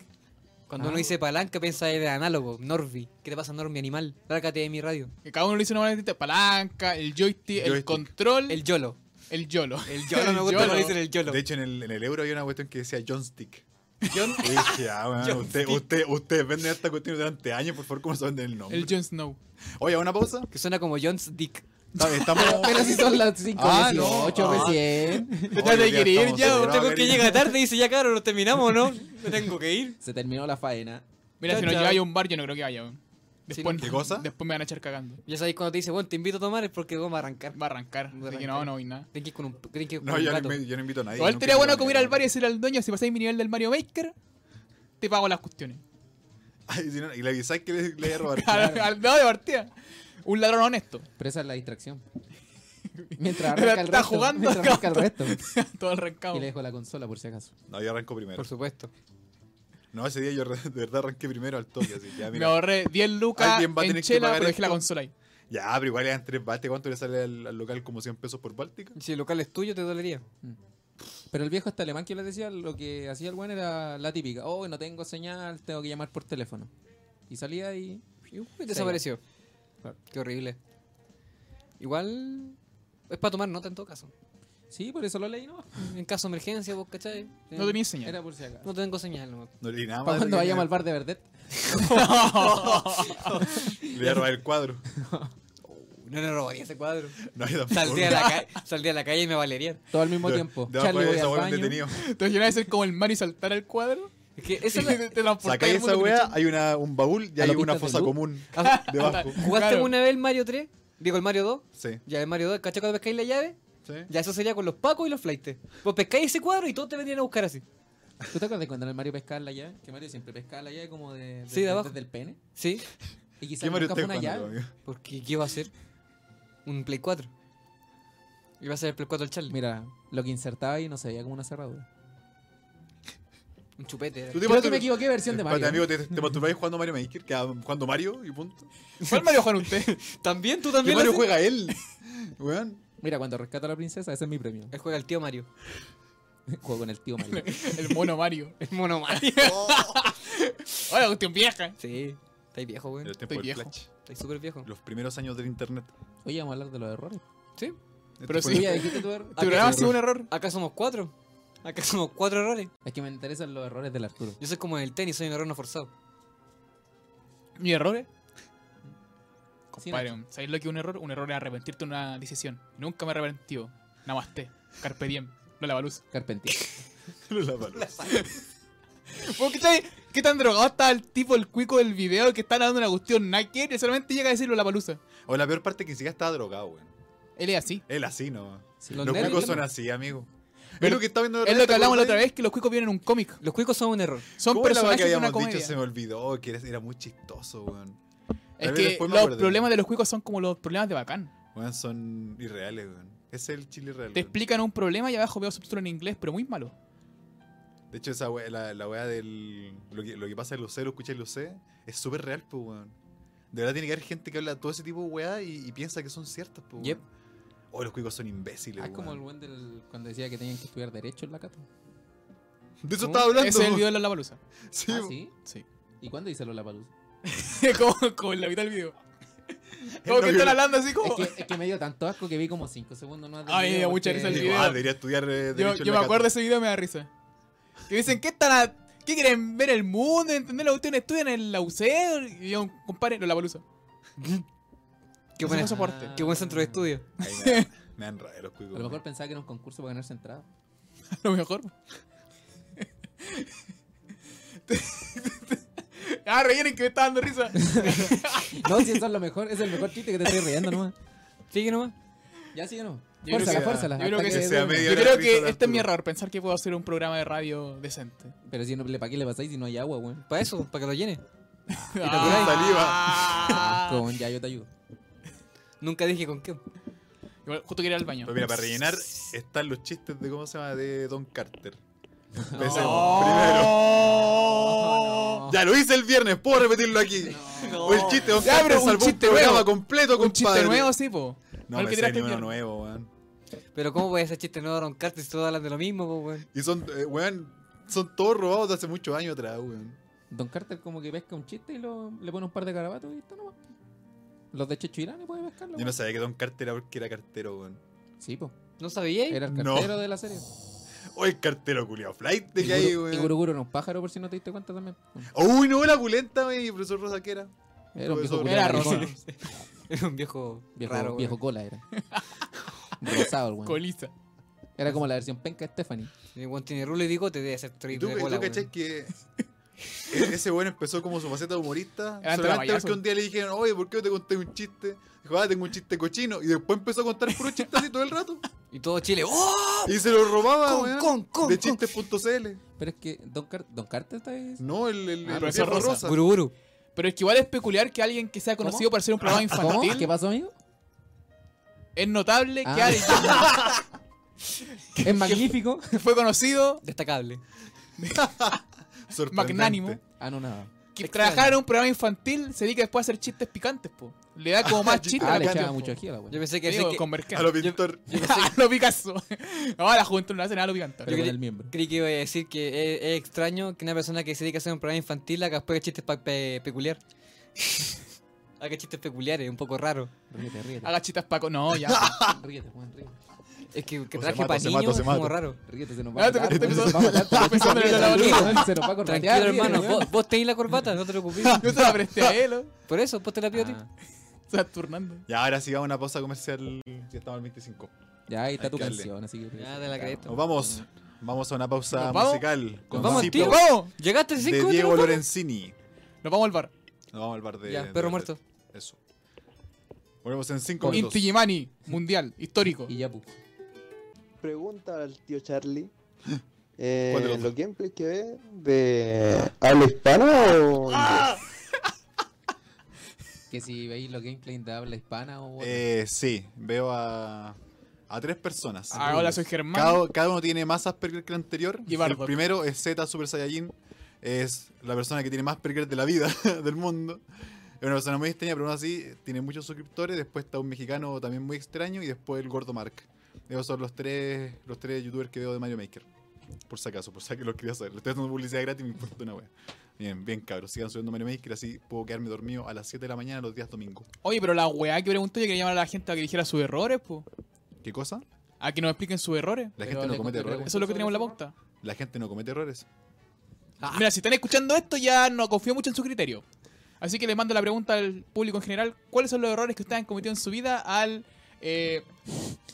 A: Cuando
C: Ah.
A: uno dice palanca, piensa en analogo. Normi. ¿Qué te pasa, Normi, animal? Lárgate de mi radio.
B: Que cada uno le hizo una manera distinta. Palanca, el joystick, el
D: Joystick.
B: control,
A: El
B: el,
A: YOLO.
B: YOLO.
A: El YOLO me gusta
B: YOLO.
A: cuando dicen el YOLO.
D: De hecho, en el, en el euro había una cuestión que decía John Stick. [LAUGHS] Y dije, ah, weón, usted, usted, ustedes venden esta cuestión durante años, por favor, ¿cómo se venden el nombre?
B: El Jon Snow.
D: Oye, ¿una pausa?
A: Que suena como John's Dick.
D: Está-
B: [LAUGHS]
D: Estamos...
C: Pero si son las 5
D: Ah,
C: ah,
D: no.
C: 18
D: Ah.
C: recién.
D: Oye,
B: Ya te
D: hoy día
B: quiere ir,
D: estamos
B: ya,
D: celebrando,
A: Usted porque
D: cariño.
A: llega tarde y dice, ya caro, nos terminamos, ¿no? Me tengo que ir.
C: Se terminó la faena.
B: Mira,
A: Chao,
B: si nos
A: chao.
B: lleváis a un bar, yo no creo que vaya. weón. Después,
D: Sí, ¿qué cosa?
B: después me van a echar cagando.
A: Ya sabéis cuando te dice, bueno, te invito a tomar es porque vamos a arrancar.
B: Va a
A: Va
B: arrancar.
A: a
B: Así que
A: arrancar.
B: no, no voy nada.
A: Tenés que ir con un, tenés que ir con
D: No,
A: un
D: yo no,
A: gato.
D: invi- yo no invito a nadie.
B: Igual
D: no
B: sería
D: quiero
B: bueno
D: nadie,
B: que hubiera al
D: weón.
B: bar y decirle al dueño, si pasáis mi nivel del Mario Maker, te pago las cuestiones. [LAUGHS]
D: [LAUGHS] Ay, si no, y le avisáis que le, le voy a robar.
B: Al, al dado de partida. Un ladrón honesto. [LAUGHS]
C: Pero esa es la distracción. Mientras arranca el
B: Está
C: resto.
B: jugando
C: mientras
B: acá.
C: arranca el resto.
B: Todo arrancado.
C: Y le dejo la consola por si acaso.
D: No, yo arranco primero.
A: Por supuesto.
D: No, ese día yo re- de verdad arranqué primero al toque. Así, ya,
B: Me
D: mira.
B: ahorré 10 lucas
D: Alguien va a
B: en
D: tener que
B: chela,
D: pagar
B: pero dejé la
D: esto.
B: consola ahí.
D: ya, pero igual eran tres baltes. ¿Cuánto le sale al, al local? ¿Como 100 pesos por báltica?
A: Si el local es tuyo, te dolería.
C: Pero el viejo este alemán que yo les decía, lo que hacía el buen era la típica. Oh, no tengo señal, tengo que llamar por teléfono. Y salía y...
A: Y uy, desapareció. Ah,
C: Claro.
A: Qué horrible. Igual es para tomar nota en todo caso.
C: Sí, por eso lo leí, ¿no?
A: En caso de emergencia, vos, ¿cachai? Sí.
B: No tenía señal.
C: Era por si acaso.
A: No tengo señal. No.
D: No leí nada más.
C: Para
D: de
C: cuando
D: lo que-
C: vayamos al bar de Verdet.
D: Le voy a robar el cuadro. [LAUGHS]
A: No le robaría ese cuadro.
D: No, yo tampoco.
A: Saldría a [LAUGHS] la, ca- saldría a la calle y me valería.
C: Todo al mismo
D: De-
C: tiempo.
D: de-
C: Charlie
D: después
C: voy
D: de esa
C: al
D: weá,
C: baño.
D: detenido.
B: Entonces imaginas a ser como el Mario y saltar al cuadro.
A: Es que
B: Y
A: esa es la- [LAUGHS]
B: te, te transportas
D: Sacáis
B: al mundo
D: esa
B: que
D: weá, hay una, un baúl y
C: A
D: hay
C: la
D: una
C: pista de
D: fosa
C: luz.
D: común
A: Ah,
D: debajo.
A: ¿Jugaste
B: Claro.
A: una vez el Mario 3? Digo, el Mario 2.
D: Sí,
A: Ya, el Mario 2, ¿cachai? Cuando pescáis la llave,
D: sí.
A: ya eso sería con los pacos y los flaites. Vos pescáis ese cuadro y todos te vendrían a buscar así.
C: ¿Tú te acuerdas cuando el Mario pescaba la llave? Que Mario siempre pescaba la llave como de,
A: Sí, de
C: desde-
A: abajo.
C: desde el pene.
A: ¿Sí?
C: Y
D: ¿Qué
C: quizás
D: Mario
C: nunca fue
D: estás
C: una
D: jugando,
C: llave.
D: amigo?
A: Porque ¿qué va a ser? Un Play 4. Iba a ser el Play 4 al Charlie.
C: Mira, lo que insertaba ahí no se veía como una cerradura.
A: Un chupete. era.
D: ¿Tú te
C: Creo que
D: masturbas-
C: me equivoqué versión de
D: Espérate,
C: Mario.
D: amigo, te, te masturbáis jugando Mario Maker, que, ah, jugando Mario y punto.
A: [LAUGHS]
B: ¿Cuál Mario juega usted?
A: También, tú
D: ¿Qué
A: también.
D: Mario
A: lo haces?
D: juega él? Weón.
C: Mira, cuando rescato a la princesa, ese es mi premio. [LAUGHS]
A: Él juega el tío Mario.
C: Juego con el
A: [LAUGHS]
C: tío Mario.
B: El mono Mario.
A: El mono Mario.
B: Hola, cuestión vieja.
A: sí. Estáis viejo, güey.
D: El tiempo del
B: viejo.
D: Flash.
A: Estáis súper viejo.
D: Los primeros años del internet.
C: Oye, vamos a hablar de los errores.
A: Sí.
D: Esto
B: Pero
D: fue
C: Tú
B: sí.
C: ya
D: lo-
C: dijiste tu error.
B: Tu programa ha sido un error.
A: Acá somos cuatro. Acá somos cuatro errores.
C: Es que me interesan los errores del Arturo.
A: Yo soy como en el tenis, soy un error no forzado.
B: ¿Mi error?
C: Sí,
B: Compadre, ¿sabéis lo que es un error? Un error es arrepentirte
D: [LAUGHS]
B: de una decisión. Nunca me arrepentí. Namaste. Carpe diem. Lola Baluz.
C: Carpentier.
D: Lollapalooza.
B: ¿Por qué, tan- qué tan drogado está el tipo, el cuico del video que está hablando de una cuestión nada que ver y solamente llega a decirlo la palusa?
D: O la peor parte que ni siquiera estaba drogado, weón.
B: Él es así.
D: Él así, no.
A: Los
D: Los,
A: nervios
D: cuicos son
A: también.
D: así, amigo. Es
B: Pero
D: lo que está viendo de
B: Es lo
D: repente,
B: que hablamos la otra
D: ¿cachai?
B: vez, que los cuicos vienen en un cómic.
A: Los cuicos son un error.
B: Son
D: este ¿Cómo era la weá
B: personajes
D: que
B: de una
D: habíamos
B: comedia.
D: dicho? Se me olvidó, que era- era muy chistoso, weón.
B: Es
D: Tal vez
B: que
D: después me
B: los
D: acordé.
B: problemas de los cuicos son como los problemas de Bacán.
D: Weón, son irreales, weón. Ese es el chile irreal.
B: Te
D: weón.
B: explican un problema y abajo veo subtítulo en inglés, pero muy malo.
D: De hecho, esa wea, la, la wea del. Lo que, lo que pasa en Lucé, lo escucha en Lucé, es súper real, pues, weón. De verdad tiene que haber gente que habla todo ese tipo de weá y, y piensa que son ciertas, pues.
A: Yep.
D: weón. Oh, los cuicos son imbéciles,
C: Ah, es
D: weón.
C: como el buen del. cuando decía que tenían que estudiar Derecho en la cata.
D: De eso
A: ¿Cómo?
D: estaba hablando.
B: Ese es el
D: weón.
B: video de la palusa. [LAUGHS]
D: Sí,
C: ah,
D: weón.
C: ¿sí?
B: Sí.
C: ¿Y cuándo hice la palusa?
B: como, como en la mitad del
D: [LAUGHS]
B: video. Como
D: lo
B: que
D: vio.
B: están hablando así
C: Es
B: como.
C: que, es que me dio tanto asco que vi como 5 segundos más. del
B: Ay, me
C: video
B: dio mucha
C: porque-
B: risa el
D: Digo,
B: video.
D: ah, debería estudiar. eh,
B: Yo,
D: derecho en
B: yo me
D: la
B: acuerdo de
D: Cato.
B: ese video y me da risa. Que dicen, ¿qué están a- ¿Qué quieren ver el mundo? ¿Entender la cuestión? ¿Estudian en la UC? Y yo, compadre, no, la palusa.
A: Qué
B: Hacemos
A: buen,
B: eso por- soporte.
A: qué buen centro de estudio.
D: Ahí me dan- Me dan rabia los cuicos.
C: "Ah, A lo mejor
D: weón.
C: pensaba que era un concurso para
B: [LAUGHS]
C: ganarse entrada.
B: A lo mejor. [LAUGHS] ah, reíen que me está dando
D: [LAUGHS]
B: risa.
C: No, si eso es lo mejor, es el mejor chiste que te estoy riendo
A: [LAUGHS]
C: nomás.
A: Fíjate nomás.
C: Ya sí que no.
B: Yo creo
C: Fórzala,
D: que-
C: fórzala.
B: yo creo
C: hasta
B: que
D: ese sea
C: duerma.
D: medio-
B: Yo creo
D: Ahora risa
B: que
D: de
B: este es mi
D: Arturo.
B: error, pensar que puedo hacer un programa de radio decente.
C: Pero si no, ¿para qué le pasáis si no hay agua, weón?
A: Para eso, para que lo llene.
B: Ah.
C: Con ya yo te ayudo.
A: Nunca dije con qué.
B: [LAUGHS] Igual, justo quería ir al baño.
D: Pues mira, para rellenar están los chistes de cómo se llama de
B: [LAUGHS]
D: Don Carter. Empecemos.
B: Oh.
D: Primero.
B: No.
D: Ya lo hice el viernes, puedo repetirlo aquí. [LAUGHS] O el chiste de Don
B: Ya,
D: Carter
B: pero un
D: salvó
B: chiste
D: programa
B: nuevo.
D: completo,
B: Un
D: compadre.
B: chiste nuevo, sí, po.
D: No,
B: el
D: me
B: que
D: sé
B: tiraste
D: ni
B: el
D: uno
B: viernes.
D: nuevo, weón.
A: Pero ¿cómo voy a hacer chiste nuevo a Ron Carter si todos hablan de lo mismo, po, weón?
D: Y son, eh, weón, son todos robados de hace muchos años atrás, weón.
C: Don Carter como que pesca un chiste y lo, le pone un par de carabatos y está nomás. Los de Checho Irán puede pescarlo.
D: Yo no
C: weón.
D: sabía que Don Carter era porque era cartero, weón.
C: Sí, po.
A: ¿No [LAUGHS] sabíais?
C: Era el
D: No.
C: cartero de la serie.
D: O el cartero culiao flight de
C: Y
D: que hay,
C: Guru- Y
D: weón.
C: Guruguru era un pájaro, por si no te diste cuenta también.
D: Uy, no, la culenta, weón, y el profesor Rosa que era.
C: Era
A: Pues
C: un viejo culiao
D: Profesor-
B: Era
C: maricón.
B: Rosa.
A: Era un viejo,
C: Viejo,
A: raro,
C: viejo
A: weón.
C: cola era. [LAUGHS] Rosado, el weón.
B: Colista.
C: Era como la versión penca de Stephanie.
A: El weón tiene rulo y bigote, debe ser
D: ¿Y
A: terrible
D: tú,
A: de
D: y tú
A: bola, weón.
D: cachai que e- ese weón empezó como su faceta de
B: [LAUGHS]
D: humorista?
B: Era
D: solamente
B: traballazo.
D: porque un día le dijeron, oye, ¿por qué no te conté un chiste? Dijo, ah, tengo un chiste cochino. Y después empezó a contar puro chiste así todo el rato.
A: Y todo Chile, ¡oh!
D: Y se lo robaba,
A: Con,
D: weón.
A: con, con,
D: de
A: con.
D: chistes.cl.
C: Pero es que Don, Car- Don Carter está ahí.
D: No, el, el,
B: Ah,
D: el
B: profesor
D: viejo
B: Rosa.
D: Rosa.
A: Guru, guru.
B: Pero es que igual es peculiar que alguien que sea conocido por ser un
D: ¿Ah,
B: programa
C: ¿Cómo?
B: infantil
C: ¿Qué pasó, amigo?
B: es notable que
C: Ah.
B: alguien [LAUGHS]
C: Es magnífico.
B: que fue conocido
A: Destacable.
D: Sorprendente.
B: magnánimo
C: Ah, no, nada.
B: que
A: Extraño.
B: trabajara en un programa infantil se dedica después a hacer chistes picantes po le da como más chiste a
C: Ah,
B: la
C: le
B: cuestión,
C: echaba
B: po.
C: mucho ají a la weón.
A: Yo pensé que
B: Digo,
A: sí que-
B: con
D: A
B: [LAUGHS] mercado
D: lo pintor.
B: a lo Picasso no la juventud no hace nada a lo
C: Pero
B: picante
A: Yo
C: con
A: creí-
C: el miembro.
A: creí que iba a decir que es, es extraño que una persona que se dedica a hacer un programa infantil haga después chistes pa- pe- peculiar. [LAUGHS] haga chistes peculiares, un poco raro.
C: Ríete, ríete.
B: haga chistes paco no ya po.
A: Ah.
C: Ríete, Juan, ríete.
A: Es que, que
D: O se
A: traje
D: mata,
A: para
D: se
A: niños
D: mata, se
A: es como
D: mata.
A: raro.
C: Ríete, se nos va
B: Ah,
C: a
A: este
B: te-
C: matar,
B: te
C: weón, se
B: pensó-
A: [LAUGHS]
C: nos va a matar.
B: estaba pensando en el
C: Ríete,
B: lavadero.
C: weón, Se nos va a
A: Tranquilo,
C: corretear, ríete,
A: hermano,
C: weón.
A: vos, vos tenés la corbata, no te preocupes.
B: yo te la presté a él ¿o?
A: [LAUGHS] Por eso, vos te la pido a ti.
C: Ah,
B: Saturnando
D: Y ahora sí va una pausa comercial. Ya estamos al 25.
C: Ya, ahí está
D: Hay
C: tu
D: que darle.
C: canción, así que.
A: Ya, de la cresta.
D: Nos vamos. Vamos a una pausa
B: ¿Nos vamos?
D: musical. Con
A: vamos,
D: Zipo
A: tío?
B: nos vamos
A: Llegaste en 5
D: De Diego Lorenzini.
B: nos vamos al bar
D: Nos vamos al bar de.
A: Ya,
D: de-
A: perro
D: de-
A: muerto.
D: Eso. Volvemos en 5 minutos.
B: Inti Gimani mundial histórico
C: Y ya, pues, pu.
E: pregunta al
D: [LAUGHS]
E: tío Charlie. Eh,
D: ¿Cuál de los
E: ¿Los gameplays que ve de habla hispana o inglés?
D: ¡Ah!
C: Que si veis los gameplays de habla hispana o.
D: Eh, sí, veo a, a tres personas.
B: Ah, hola soy Germán
D: Cada, cada uno tiene más Asperger que el anterior.
B: Y
D: el
B: Bardock.
D: primero es Z Super Saiyajin. Es la persona que tiene más Asperger de la vida, [LAUGHS] del mundo. Es una persona muy extraña, pero aún así tiene muchos suscriptores. Después está un mexicano también muy extraño. Y después el gordo Mark. Esos son los tres, los tres youtubers que veo de Mario Maker. Por si acaso, por si acaso los quería saber. Le estoy haciendo publicidad gratis, me importa una wea. Bien, bien cabros. Sigan subiendo Mario Maker, así puedo quedarme dormido a las 7 de la mañana los días domingos.
B: Oye, pero la weá que preguntó yo quería llamar a la gente a que dijera sus errores, po.
D: ¿Qué cosa?
B: A que nos expliquen sus errores.
D: La
C: Pero
D: gente no
C: le
D: comete
C: conté
D: errores.
B: Eso es lo que teníamos en la pauta.
D: La gente no comete errores. Ah.
B: Mira, si están escuchando esto, ya no confío mucho en su criterio. Así que les mando la pregunta al público en general: ¿cuáles son los errores que ustedes han cometido en su vida al, eh,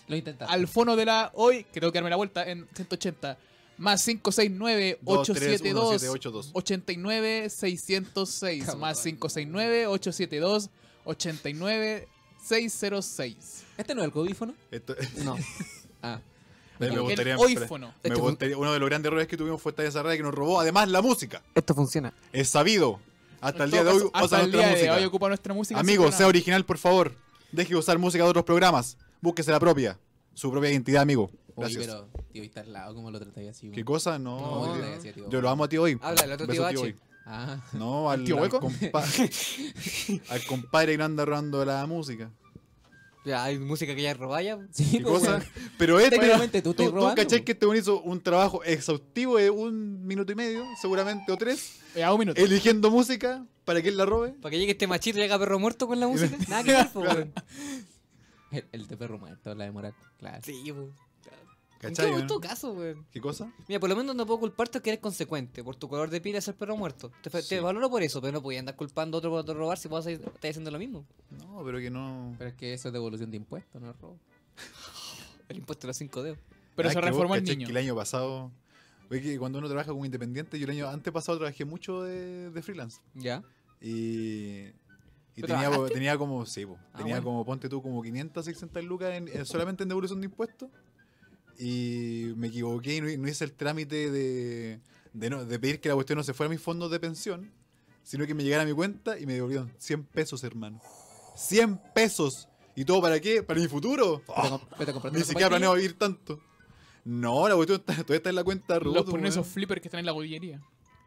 C: Lo intentaste.
B: al fono de la hoy, que tengo que darme la vuelta en 180, Más 569
D: Dos, tres, uno, siete,
B: 872
D: ocho, dos.
B: 89 606
A: Cabrón.
B: más 569 872 89 606.
C: ¿Este no es el codífono?
D: Esto- [LAUGHS]
C: No. [LAUGHS] Ah.
D: me gustaría,
B: el Este oífono.
D: me gustaría- uno de los grandes errores que tuvimos fue esta desarrollo que nos robó además la música.
A: Esto funciona.
D: Es sabido. Hasta
B: En
D: el día de
B: todo
D: hoy
B: caso,
D: usa
B: hasta el
D: nuestra
B: día de
D: música.
B: hoy ocupa nuestra música.
D: Amigos, sea
B: siempre
D: original, por favor. Deje de usar música de otros programas. Búsquese la propia. Su propia identidad, amigo.
C: Oye,
D: Gracias.
C: pero, tío, y está al lado, ¿cómo lo tratáis así?
D: ¿Qué
C: güey?
D: cosa? No.
C: ¿Cómo
A: No,
C: lo
D: tío.
C: tratáis así, tío?
D: Yo lo amo a tío hoy.
A: Habla, el otro
D: Beso,
A: tío H.
D: hoy.
C: Ah. [LAUGHS]
D: No, al,
B: tío
D: al
B: hueco?
D: compa- al compadre que no anda robando la música.
A: Ya, hay música que ya robáis ya.
C: Sí,
D: ¿Qué
C: pues,
D: cosa?
C: güey.
D: Pero este,
C: Técnicamente tú estás robando,
D: cachai
C: po.
D: que este weón hizo un trabajo exhaustivo de un minuto y medio, seguramente, o tres,
B: suena- Ya, un minuto.
D: eligiendo música para que él la robe.
A: Para que llegue este machito y haga perro muerto
D: [LAUGHS]
A: con la música. Nada que ver, po, weón.
C: El, el de perro muerto, la de Moraco. Claro.
A: Sí, po. En
D: ¿Cachai?
A: todo, en
D: no?
A: todo caso, weón.
D: ¿Qué cosa?
A: Mira, por lo menos no puedo culparte que eres consecuente. Por tu color de piel es el perro muerto. Te, fe- te
D: Sí.
A: valoro por eso, pero no podía andar culpando a otro por robar si vos estás haciendo lo mismo.
D: No, pero que no.
C: Pero es que eso es devolución de impuestos, no es robo.
A: El impuesto de los cinco dedos.
B: Pero
D: Ah,
B: se
D: que vos,
B: reformó el
D: ¿cachai?
B: niño.
D: Que el año pasado. Oye, que cuando uno trabaja como independiente, yo el año antes pasado trabajé mucho de, de freelance.
A: Ya.
D: Y. Y
A: ¿Pero
D: tenía,
A: trabajaste?
D: tenía como, sí, po,
A: Ah,
D: tenía
A: bueno.
D: como, ponte tú, como 500, 600 lucas en- en- solamente en devolución de impuestos. Y me equivoqué y no, hi- no hice el trámite de, de, no- de pedir que la cuestión no se fuera a mis fondos de pensión, sino que me llegara a mi cuenta y me devolvieron 100 pesos, hermano. 100 pesos. ¿Y todo para qué? ¿Para mi futuro?
C: Pero,
D: ¡Oh!
C: com- pero te compraste
D: Ni
C: una
D: siquiera
C: zapatilla.
D: planeo vivir tanto. No, la cuestión está- todavía está en la cuenta de
B: Los
D: Rubuto,
B: ponen esos
D: weón.
B: flippers que están en la bollería.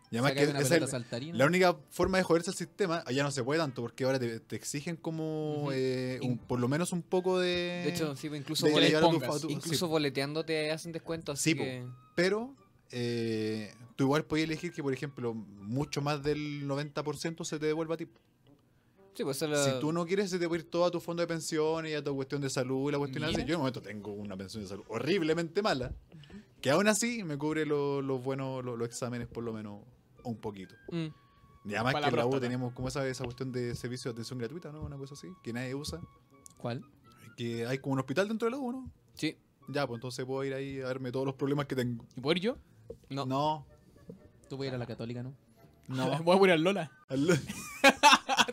D: Y además que
C: Sacaste una
D: esa
C: pelota
D: es
C: saltarina.
D: la única forma de joderse el sistema, allá no se puede tanto, porque ahora te, te exigen como
A: Ujú.
D: eh, un-
A: In-
D: por lo menos un poco de...
A: De hecho, sí, incluso,
D: de
B: que le
A: bolet-
D: llegar a tu-
B: pongas,
D: a tu- sí,
A: incluso boleteando te hacen descuento, así
D: Sí, po.
A: que...
D: pero eh, tú igual podías elegir que, por ejemplo, mucho más del 90% se te devuelva a ti.
A: Sí, pues eso
D: Si
A: lo-
D: tú no quieres, se te puede ir todo a tu fondo de pensiones y a tu cuestión de salud y la cuestión así.
B: Mira.
D: Yo en el momento tengo una pensión de salud horriblemente mala, que aún así me cubre lo- los buenos, lo- los exámenes por lo menos un poquito.
A: Mm.
D: Y
B: Para
D: además que
B: la
D: en la U
B: próstata.
D: teníamos como esa, esa cuestión de servicio de atención gratuita, ¿no? Una cosa así, que nadie usa.
C: ¿Cuál?
D: Que hay como un hospital dentro de la U, ¿no?
A: Sí.
D: Ya, pues entonces puedo ir ahí a verme todos los problemas que tengo.
B: ¿Y puedo ir yo?
A: No.
D: No.
C: Tú voy a ir a la católica, ¿no?
D: No.
B: [LAUGHS] Voy a ir al Lola. Ah,
D: Al-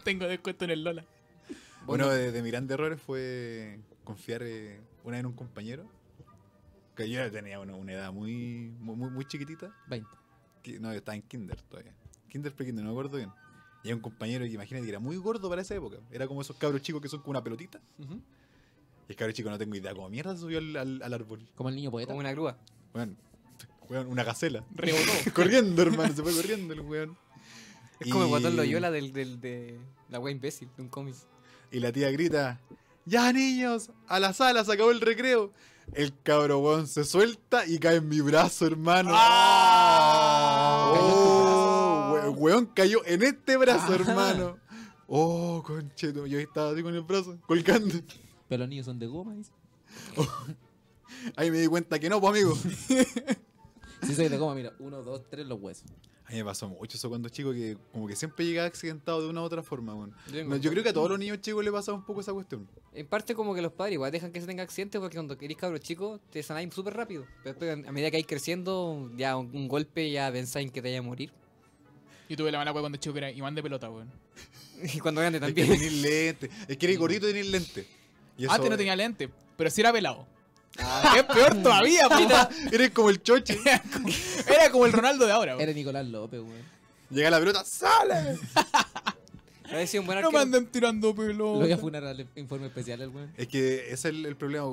B: Tengo descuento en el Lola.
D: [LAUGHS] Bueno, de, de mi gran error fue confiar eh, una en un compañero. Que yo ya tenía una, una edad muy, muy, muy- muy chiquitita.
C: 20.
D: que- no, yo estaba en kinder todavía. Kinder pre-kinder, no me acuerdo bien. Y era un compañero que imagínate que era muy gordo para esa época. Era como esos cabros chicos que son como una pelotita.
A: Ujú.
D: Y el cabro chico no tengo idea cómo mierda se subió al, al- al árbol.
C: Como el niño poeta.
A: Como una grúa.
D: Weón, weón, una gacela.
B: Rebotó.
D: [LAUGHS] corriendo, hermano, se fue corriendo el weón.
A: Es como el guatón
D: Y-
A: Loyola del, del, de la wea imbécil, de un cómic.
D: Y la tía grita: ¡Ya, niños! ¡A la sala! ¡Se acabó el recreo! El cabro weón se suelta y cae en mi brazo, hermano.
B: Cayó
D: ¡Ah! ¡Oh!
B: en tu brazo.
D: we- weón cayó en este brazo, hermano. Oh, concheto, yo ahí estaba así con el brazo, colgando.
C: Pero los niños son de goma, dice.
D: Ahí me di cuenta que no, pues amigo.
C: Sí, soy de goma, mira. Uno, dos, tres, los huesos.
D: [LAUGHS] A mí me pasó mucho eso cuando chico que como que siempre llegaba accidentado de una u otra forma, weón.
A: Yo tengo-
D: No, yo creo que a todos los niños chicos les pasa un poco esa cuestión.
A: En parte como que los padres igual dejan que se tenga accidentes porque cuando querís cabros chicos te sanáis súper rápido. Pero después, a medida que vais creciendo, ya un, un golpe ya pensáis que te vaya a morir. [LAUGHS]
B: Yo tuve la mala hueá cuando chico que era Iván de pelota, weón.
A: Y cuando grande
D: Es que [LAUGHS]
A: también.
D: tenés lente. Es que eres gordito y tenés lente. Y eso-
B: Antes no Ah, tenía lente, pero sí era pelado.
A: Ah.
B: Que es
A: [LAUGHS]
B: peor todavía, puta.
D: [LAUGHS] Eres como el choche.
B: Era como el Ronaldo de
D: Oh.
B: ahora, weón.
C: Era Nicolás López, weón.
D: Llega la pelota, ¡sale!
A: Habría sido un buen
B: No me
A: arquero.
B: anden tirando
D: Oh.
C: Lo voy a
B: pelota.
C: funar al informe especial, el weón.
D: Es que ese es el, el problema.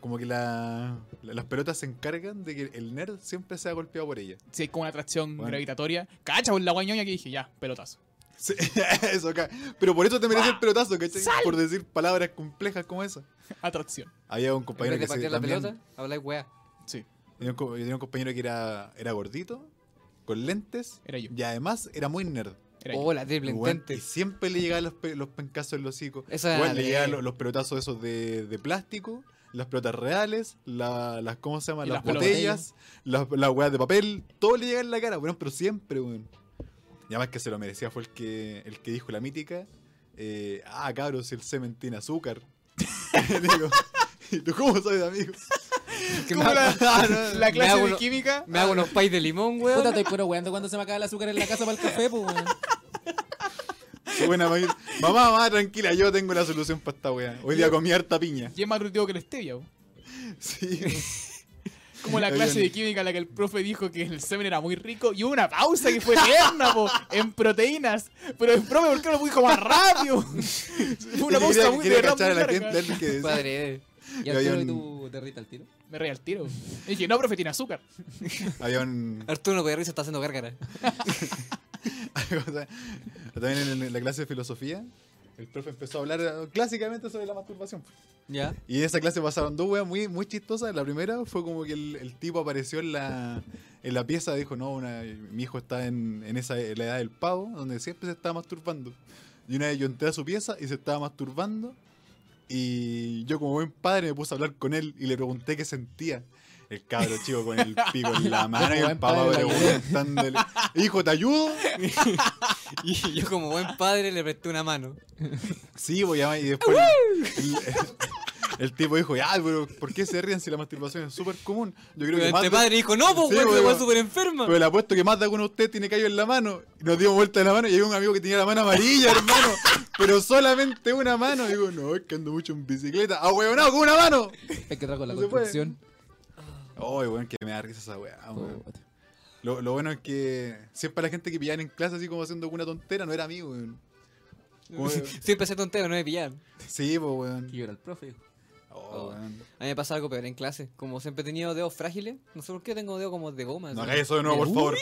D: Como que la- la- las pelotas se encargan de que el nerd siempre sea golpeado por ella. [LAUGHS]
B: Si hay como una atracción
D: Bueno.
B: gravitatoria. Cacha, weón, la guañoña que dije, ya, pelotazo. [LAUGHS]
D: Sí, [LAUGHS] eso acá. Pero por eso te mereces el pelotazo, ¿cachai? Por decir palabras complejas como esa.
B: Atracción.
D: Había un
A: En
D: compañero
A: vez de
D: que se-
A: patear la
D: también-
A: pelota, habláis wea.
B: Sí.
D: tenía un co- yo tenía un compañero que era, era gordito, con lentes,
B: Era yo.
D: y además era muy nerd.
B: Era yo.
A: Oh, la triple
D: Weón,
A: intente.
D: y siempre le llegaban los, pe- los pencazos en los hocico.
A: Eso era
D: Weón,
A: la
D: le
A: ley.
D: llegaban los, los pelotazos esos de, de plástico, las pelotas reales, la- las, ¿cómo se llama?
B: Y
D: Las,
B: las pelotas.
D: botellas, las, las weas de papel, todo le llega en la cara, weón, pero siempre, weón. Y además que se lo merecía fue el que, el que dijo la mítica, eh, [LAUGHS] ah, cabros, el semen tiene azúcar. Y digo, ¿y tú cómo sabes, amigo?
A: Que me,
B: Como la,
A: hago,
B: [LAUGHS] la
A: me
B: clase
A: hago
B: de
A: uno-
B: química.
A: me hago unos pais de limón,
C: Puta,
A: weón.
C: estoy puro weando cuando se me acaba el azúcar en la casa para el café, pues, [LAUGHS] weón.
D: Buena, Maguil. mamá, mamá, tranquila, yo tengo la solución para esta weá. Hoy día comí harta piña.
B: Y es más nutritivo que el stevia. po.
D: Sí.
B: Como la
D: Está
B: clase
D: bien.
B: de química en la que el profe dijo que el semen era muy rico y hubo una pausa que
D: [LAUGHS]
B: fue eterna po, en proteínas. Pero el profe, ¿por qué no lo dijo más
D: [LAUGHS]
B: rápido? [LAUGHS] Fue una
D: Y quería-
B: pausa muy
D: quería
B: de verdad
D: cachar a
B: muy
D: la
B: larga.
D: gente él que decía,
A: Padre, eh.
C: Y
D: Ya,
C: al tiro
D: yo-
C: y tú te rita al tiro.
B: Me reí al tiro. Y dije, no, profe, tiene azúcar.
D: Había un. [LAUGHS]
A: Arturo no puede risa, está haciendo gárgara.
D: algo, o sea, También en la clase de filosofía, el profe empezó a hablar eh, clásicamente sobre la masturbación. pues.
A: Ya.
D: Y en esa clase pasaron dos weas muy, muy chistosas. La primera fue como que el, el tipo apareció en la, en la pieza, dijo, no, una- mi hijo está en, en esa en la edad del pavo, donde siempre se está masturbando. Y una vez yo entré a su pieza y se estaba masturbando. Y yo como buen padre me puse a hablar con él y le pregunté qué sentía. El cabro chico con el pico
C: [LAUGHS]
D: en la mano y el
C: buen
D: papá
C: padre, la verdad.
D: preguntándole, hijo,
C: [LAUGHS]
D: ¿te ayudo?
A: [LAUGHS] Y yo como buen padre le presté una mano.
D: Sí, voy a y después el, el [LAUGHS] tipo dijo, ah, pero ¿por qué se ríen si la masturbación es súper común? Yo creo
A: Pero
D: que más
A: este
D: de-
A: padre dijo, no, pues,
D: Sí,
A: weón,
D: weón.
A: weón, súper enferma.
D: pero le apuesto que más de alguno de ustedes tiene callo en la mano. Y nos dimos vuelta de la mano y había un amigo que tenía la mano amarilla, hermano. Pero solamente una mano. Digo, no, es que ando mucho en bicicleta. ¡Ah, weón, con una mano!
C: Es que trajo la
D: No se puede.
C: construcción.
D: Ay, weón, que me da risa esa weá, weón.
A: Oh.
D: Lo, lo bueno es que siempre la gente que pillaban en clase así como haciendo alguna tontera no era amigo, weón. Como-
A: [LAUGHS] Siempre se tonteo, no me pillaron.
D: sí, pues, weón.
C: Y yo era el profe. hijo.
D: Oh, weón.
A: A mí me pasa algo peor en clase. Como siempre he tenido dedos frágiles, no sé por qué tengo dedos como de goma.
D: No
A: así.
D: hagáis eso de nuevo, por favor.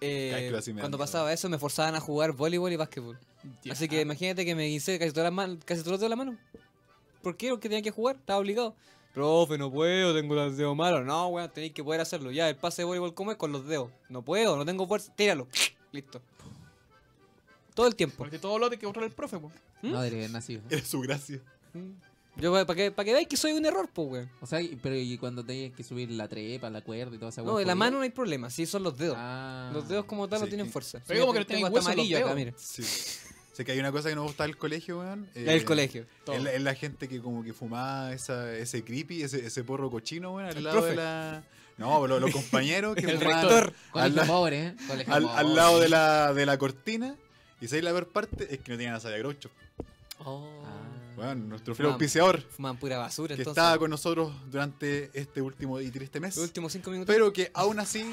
A: Eh,
D: Cada clase me da
A: cuando
D: miedo.
A: pasaba eso me forzaban a jugar voleibol y básquetbol.
B: Ya.
A: Así que imagínate que me hice casi todas las man- casi todos los dedos de la mano. ¿Por qué? Porque tenía que jugar, estaba obligado. Profe, no puedo, tengo los dedos malos. No, weón, tenéis que poder hacerlo. Ya, el pase de voleibol, ¿cómo es? Con los dedos. No puedo, no tengo fuerza. Tíralo. [SNIFFS] Listo. Todo el tiempo.
B: Porque todo lo tiene que borrar el profe. po.
A: ¿Mm?
C: No, debería haber nacido.
D: [LAUGHS] Es su gracia.
A: Mm. Yo, para que, pa' que veáis que soy un error, pues, weón.
C: O sea, y- pero y cuando tenías que subir la trepa, la cuerda y toda esa
A: No,
D: pues,
C: weá,
A: en la
C: ¿podía?
A: mano no hay problema, sí, son los dedos.
C: Ah.
A: Los dedos como tal no
D: Sí.
A: tienen fuerza.
B: Pero como que
A: Fíjate,
B: no
A: tengo
B: tienen
A: hasta
B: hueso
A: amarillo
B: los
A: acá, mira.
B: dedos.
D: Sí. Sé que hay una cosa que no me gusta del colegio, weón. eh,
A: El colegio.
B: Todo.
D: Es la, es la gente que como que fumaba esa, ese creepy, ese, ese porro cochino, weón, al
A: El
D: lado de
A: profe.
D: la... No, lo- los, compañeros que
B: [LAUGHS] El
D: fumaban
B: rector.
C: Colegio
D: Al-
C: pobre, ¿eh? Colegio
D: al,
C: pobre.
D: al lado de la, de la cortina. Y sabéis la peor parte es que no tenían a Saya Groucho.
A: Oh.
C: Ah.
D: Weón, nuestro fiel
A: Ah,
D: auspiciador
A: Fuman pura basura,
D: que
A: entonces.
D: estaba con nosotros durante este último y triste mes.
A: Los últimos cinco minutos.
D: Pero que aún así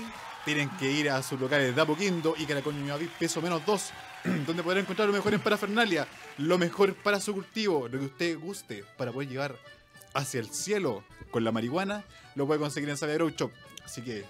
D: tienen que ir a sus locales de Apoquindo y Caracoño y Ñuñoa, peso menos dos, [CLEARS THROAT] donde podrán encontrar lo mejor en parafernalia, lo mejor para su cultivo, lo que usted guste para poder llevar hacia el cielo con la marihuana, lo puede conseguir en Sabia Grow Shop. Así que,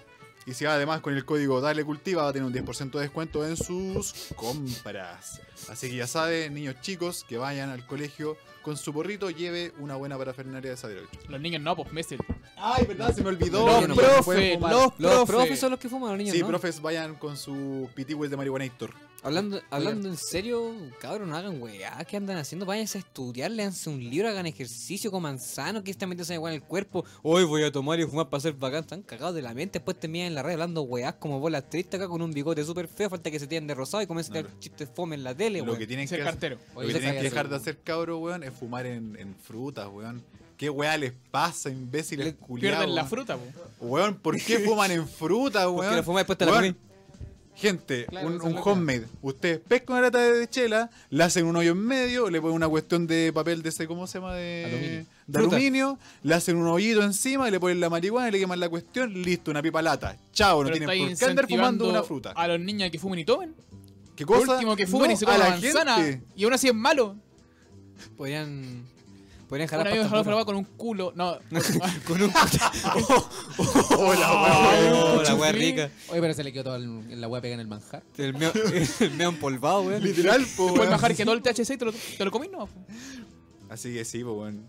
D: y si va además con el código Dale Cultiva, va a tener un 10% de descuento en sus compras. Así que ya sabe, niños chicos que vayan al colegio con su porrito, lleve una buena parafernalia de Sabia Grow Shop.
B: Los niños no, pues, Messel.
D: Ay, verdad, se me olvidó.
A: Los
D: que no
B: profe,
D: pueden fumar.
B: los
A: Los
B: profe.
A: profes son los que fuman, los niños.
D: Sí,
A: ¿no?
D: profes, vayan con su pitiwis de marihuanator.
A: Hablando, hablando en serio, cabrón, no hagan weá. ¿Qué andan haciendo? Váyanse a estudiar, leanse un libro, hagan ejercicio, coman sano, que esta mente se igual en el cuerpo. Hoy voy a tomar y fumar para ser bacán. Están cagados de la mente. Después te miran en la red hablando weá como bolas tristes acá con un bigote súper feo. Falta que se tiren de rosado y comiencen a
D: No,
A: dar chistes fome en la tele,
D: Lo
A: weón.
D: que tienen que,
B: Ser
D: hacer-
B: cartero.
D: lo
C: Oye,
D: que,
C: se
D: tienen que
C: calla,
D: dejar de
C: seguro.
D: hacer, cabros, weón, es fumar en, en frutas, weón. ¿Qué weá les pasa, imbéciles
A: Le-
D: culiados?
B: Pierden la
D: weón?
B: fruta, po.
D: Weón, ¿por qué fuman en frutas,
A: Porque
D: weón?
A: la fuma después te la
D: Weón,
A: comí.
D: Gente,
C: Claro,
D: un,
C: esa es
D: un
C: la
D: homemade. Ustedes pescan una lata de chela, le hacen un hoyo en medio, le ponen una cuestión de papel de ese, ¿cómo se llama? De
C: Aluminio.
D: de
A: Fruta.
D: aluminio, le hacen un hoyito encima, y le ponen la marihuana y le queman la cuestión, listo, una pipa lata. Chao, no
B: Pero
D: tienen
B: estáis
D: por qué andar fumando
B: incentivando
D: una fruta.
B: A los niños que fumen y tomen.
D: ¿Qué
B: Por
D: cosa?
B: último, que fumen
D: No,
B: y se comen
D: a
B: la
D: la
B: manzana.
D: gente. [LAUGHS]
B: Y aún así es malo.
A: Podrían. Podrían
B: Un
A: jalar
B: amigo me
A: pastas duras.
B: jaló una con un culo.
D: [LAUGHS]
B: No.
A: con un.
D: Hola,
B: [LAUGHS]
A: Oh, la weá rica.
C: Oye, pero se le quedó todo el- en la weá pega en el manjar.
A: El meo, [LAUGHS] el meo empolvado,
D: weón.
A: weón.
D: Literal, po,
B: Puedes
D: weón.
B: bajar que todo el THC te lo, te lo comís, no.
D: Así que sí, po, weón.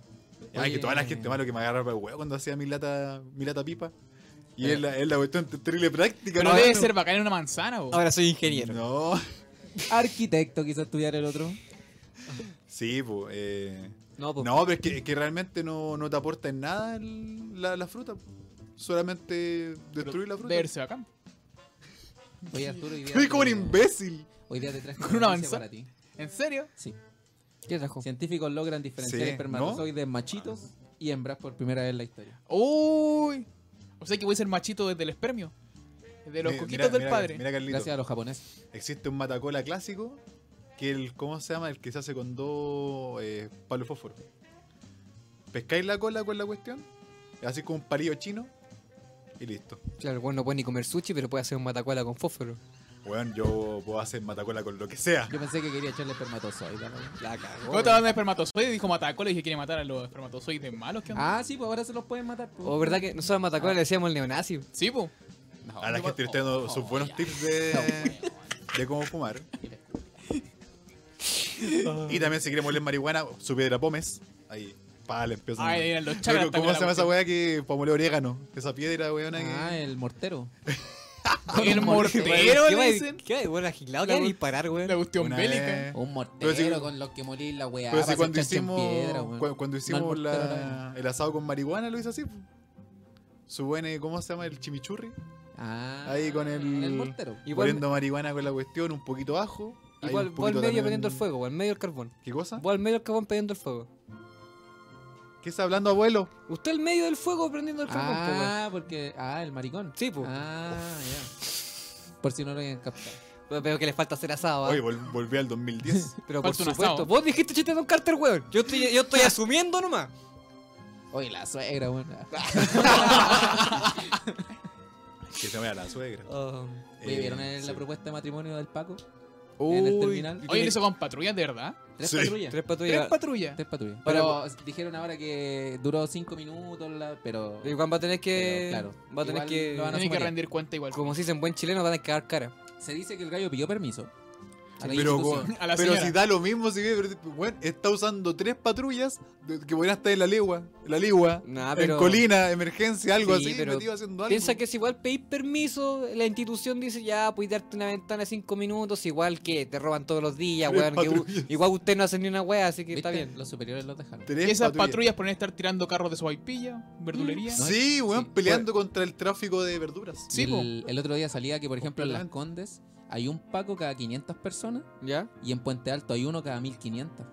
D: Ay, que
C: Oye.
D: toda la gente malo que me agarraba el huevo cuando hacía mi lata, mi lata pipa. Y es la, es la cuestión terrible práctica,
B: Eh. Pero
D: ¿no?
B: debe ser bacán en una manzana, po.
A: Ahora soy ingeniero.
D: No.
C: [LAUGHS] Arquitecto quiso estudiar el otro.
D: Sí, po, eh.
A: No, pues.
D: No, pero es que, es que realmente no, no te aporta en nada el- la, la fruta. po. Solamente destruir la fruta.
B: Debe ser bacán.
C: Oye, Arturo, hoy día.
D: [LAUGHS] Soy como un
C: te-
D: imbécil.
C: Hoy día te traje
B: Con una manzana.
C: noticia para ti.
B: ¿En serio?
C: Sí.
A: ¿Qué trajo?
C: Científicos logran diferenciar
D: Sí, ¿no?
C: espermatozoides machitos y hembras por primera vez en la historia.
B: Uy. O sea que voy a ser machito desde el espermio. De los
D: Mi-
B: coquitos
D: mira-
B: del
D: mira-
B: padre.
D: Mira, Carlito.
C: Gracias a los japoneses.
D: Existe un matacola clásico que el, ¿cómo se llama? El que se hace con dos eh, palos fósforo. Pescáis la cola con la cuestión, así como un palillo chino y listo.
A: Claro, bueno, no puede ni comer sushi, pero puede hacer un matacuala con fósforo.
D: Bueno, yo puedo hacer matacola con lo que sea.
C: Yo pensé que quería echarle espermatozoide. ¿no?
A: La cagó.
B: ¿Cómo te van de espermatozoides? Dijo Matacola y dije que quiere matar a los espermatozoides malos. ¿Qué onda?
C: Ah, sí, pues ahora se los pueden matar. pues.
A: O Oh, verdad que nosotros a matacuala le decíamos el neonazi.
D: Ah.
B: Sí, po.
C: No,
D: A la gente le estoy dando sus buenos tips de, de cómo fumar. [LAUGHS] y también si queremos leer marihuana, su piedra pómez. Ahí, pa, le empiezo.
B: Ay, eran los chakras
D: Pero, ¿Cómo
B: también
D: se llama
B: la
D: esa weá que pomoleo orégano? Esa piedra, weona. que-
C: Ah, el mortero.
B: El mortero
A: [LAUGHS] Pero
B: le dicen.
A: ¿Qué hay? Bueno, agilado,
B: La
A: ¿qué va a
B: bu-
A: disparar, güey?
B: La cuestión
D: Una
B: bélica.
D: vez-
C: Un
D: Eh. Pero
C: mortero
D: si-
C: con los que molí la weá.
D: Pero
C: para
D: si cuando
C: hacer chancho
D: hicimos,
C: en piedra, weón.
D: cu-
C: No,
D: cuando hicimos
C: el
D: la-
C: mortero también.
D: el asado con marihuana lo hice así. po. Su buen, eh, ¿cómo se llama? El chimichurri.
C: Ah,
D: Ahí con el-
C: El mortero.
A: Igual-
D: Poniendo marihuana con la cuestión, un poquito de ajo. ahí
A: Igual,
D: un
A: vos al
D: poquito
A: medio
D: también-
A: prendiendo el fuego, vos al medio el carbón.
D: ¿Qué cosa?
A: Vos al medio el carbón prendiendo el fuego.
D: ¿Qué está hablando, abuelo?
A: Usted al medio del fuego prendiendo el carbón, po, weón.
C: Ah, porque. Ah, el maricón.
A: Sí, pues. po.
C: Ah, ya. Por si no lo habían captado.
A: Pero Veo que le falta hacer asado, ¿ah?
D: Oye, vol- volví al 2010.
A: Pero por
B: falta un asado.
A: supuesto, vos dijiste chiste de Don Carter, weón. Yo estoy, yo [LAUGHS] estoy asumiendo nomás.
C: Oye, la suegra, weón.
D: Eh, que se vaya la suegra.
A: Ah,
C: Oye,
D: Eh,
C: ¿Vieron el-
D: sí.
C: la propuesta de matrimonio del Paco?
D: Uy,
C: en el terminal.
B: Oye, le hizo con patrullas, de verdad.
C: Tres
D: Sí.
C: patrullas.
A: tres
B: Tres
A: patrullas.
B: patrullas.
C: Tres patrullas.
A: Para-
C: Pero dijeron ahora que duró cinco minutos, la- pero.
A: Y Juan va a tener que.
C: Pero, claro.
A: Va a tener
C: Igual
A: que.
C: lo van a-
B: Tiene que
C: sumaría.
B: rendir cuenta igual.
A: Como se dice en buen chileno, va a tener que dar cara.
C: Se dice que el gallo pidió permiso. A la
D: Pero,
C: institución. [LAUGHS]
D: weón,
B: A la
D: pero
B: señora.
D: si da lo mismo, si pero, weón, está usando tres patrullas de- que podrían estar en la legua, en la ligua,
A: Nah, Ah, pero-
D: en colina, emergencia, algo
A: Sí,
D: así,
A: pero
D: metido haciendo algo.
A: Piensa que si igual pedís permiso, la institución dice ya, puedes darte una ventana de cinco minutos, igual que te roban todos los días,
D: Tres
A: weón. que u-
D: patrullas.
A: igual usted no hace ni una wea, así que
C: ¿Viste?
A: está bien.
C: Los superiores los dejaron.
D: Tres
B: Y esas
D: patrullas. Mm.
B: patrullas podrían estar tirando carros de su vaipilla, verdulería.
C: No,
D: Sí, weón,
C: sí.
D: peleando contra el tráfico de verduras.
B: Sí,
C: Y
B: po.
C: el, el otro día salía que, por ejemplo, en Las
D: Completamente.
C: Condes hay un Paco cada 500 personas
A: ¿Ya?
C: y en Puente Alto hay uno cada 1500.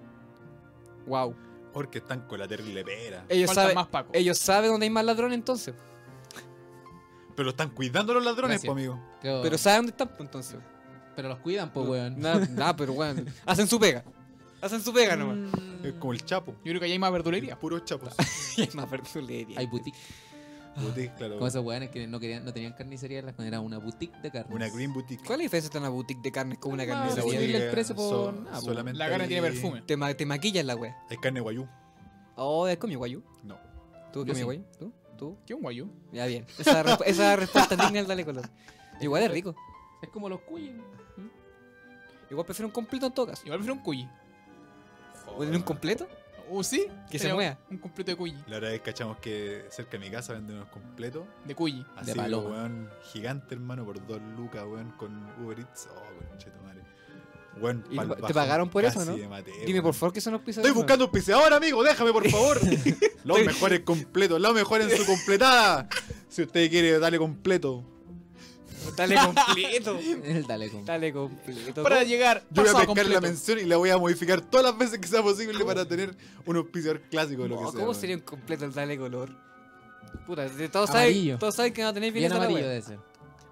A: Wow.
D: Porque están con la terrible pera.
A: Ellos
B: Faltan
A: saben,
B: más Paco.
A: ellos saben dónde hay más ladrones entonces.
D: Pero están cuidando a los ladrones,
C: Gracias.
D: po, amigo.
C: Creo-
A: Pero
C: Pero,
A: saben dónde están pues, entonces.
C: los cuidan, Oh. pues, weón.
A: Nada, pero weón. Hacen su pega. Hacen su pega nomás.
C: Mm.
D: Es como el chapo.
B: Yo creo que ahí hay más verdulería.
D: El puro chapo.
A: Es más verdulería.
C: Hay boutique.
D: Boutique, claro.
C: Como esos weones que no, querían, no tenían carnicería, en Las Condes era una boutique de carnes.
D: Una green boutique.
A: ¿Cuál es la diferencia entre una boutique de carnes con una
C: Ah,
D: Esa
C: la
A: carnicería?
C: boutique. subirle el precio por
D: so-
C: nada, po.
D: solamente
B: La carne
D: hay-
B: tiene perfume.
A: Te, ma- te maquillas la wea.
D: Hay carne guayú.
A: Oh, ¿has comido guayú?
D: No.
A: ¿Tú has
C: Yo
A: comido
C: sí.
A: guayú? ¿Tú? ¿Tú?
B: ¿Qué un guayú?
A: Ya bien. Esa, respu- [LAUGHS] esa respuesta digna del Dale Color. Igual es rico. ¿Mm?
C: Es como los cuyes.
A: Igual prefiero un completo en tocas.
B: Igual prefiero un cuyi.
D: Oh.
A: ¿Un completo?
B: ¿O sí?
A: Que se
B: Sería
A: mueva.
B: Un completo de cuyi.
D: La verdad es que cachamos que cerca de mi casa venden unos completos.
B: De cuyi.
D: Así,
C: De paloma.
D: weón, gigante, hermano, por dos lucas, weón, con Uber Eats. Oh, conchetumare. Weón,
A: ¿Y
D: pal
A: te
D: bajo,
A: pagaron por eso,
D: casi
A: no?
D: me maté,
A: Dime
D: weón.
A: por favor que son los pisos.
D: Eh, Estoy buscando un piseador, amigo, déjame, por favor. [LAUGHS] los
A: Estoy-
D: mejores completos, los mejores en su completada. Si usted quiere, dale completo.
A: Dale [LAUGHS] completo.
C: [LAUGHS] El Daleco.
A: Dale completo.
B: Para llegar.
D: Yo voy a
B: pasado
D: pescar
B: completo.
D: la mención y la voy a modificar todas las veces que sea posible para tener un auspiciador clásico de lo
A: No,
D: que sea.
A: ¿Cómo
D: weón.
A: sería un completo el Dale Color? Puta, de- todos saben,
C: Amarillo.
A: todos saben que no tenéis bien,
C: Bien
A: esa la
C: amarillo
A: wea.
C: de ese.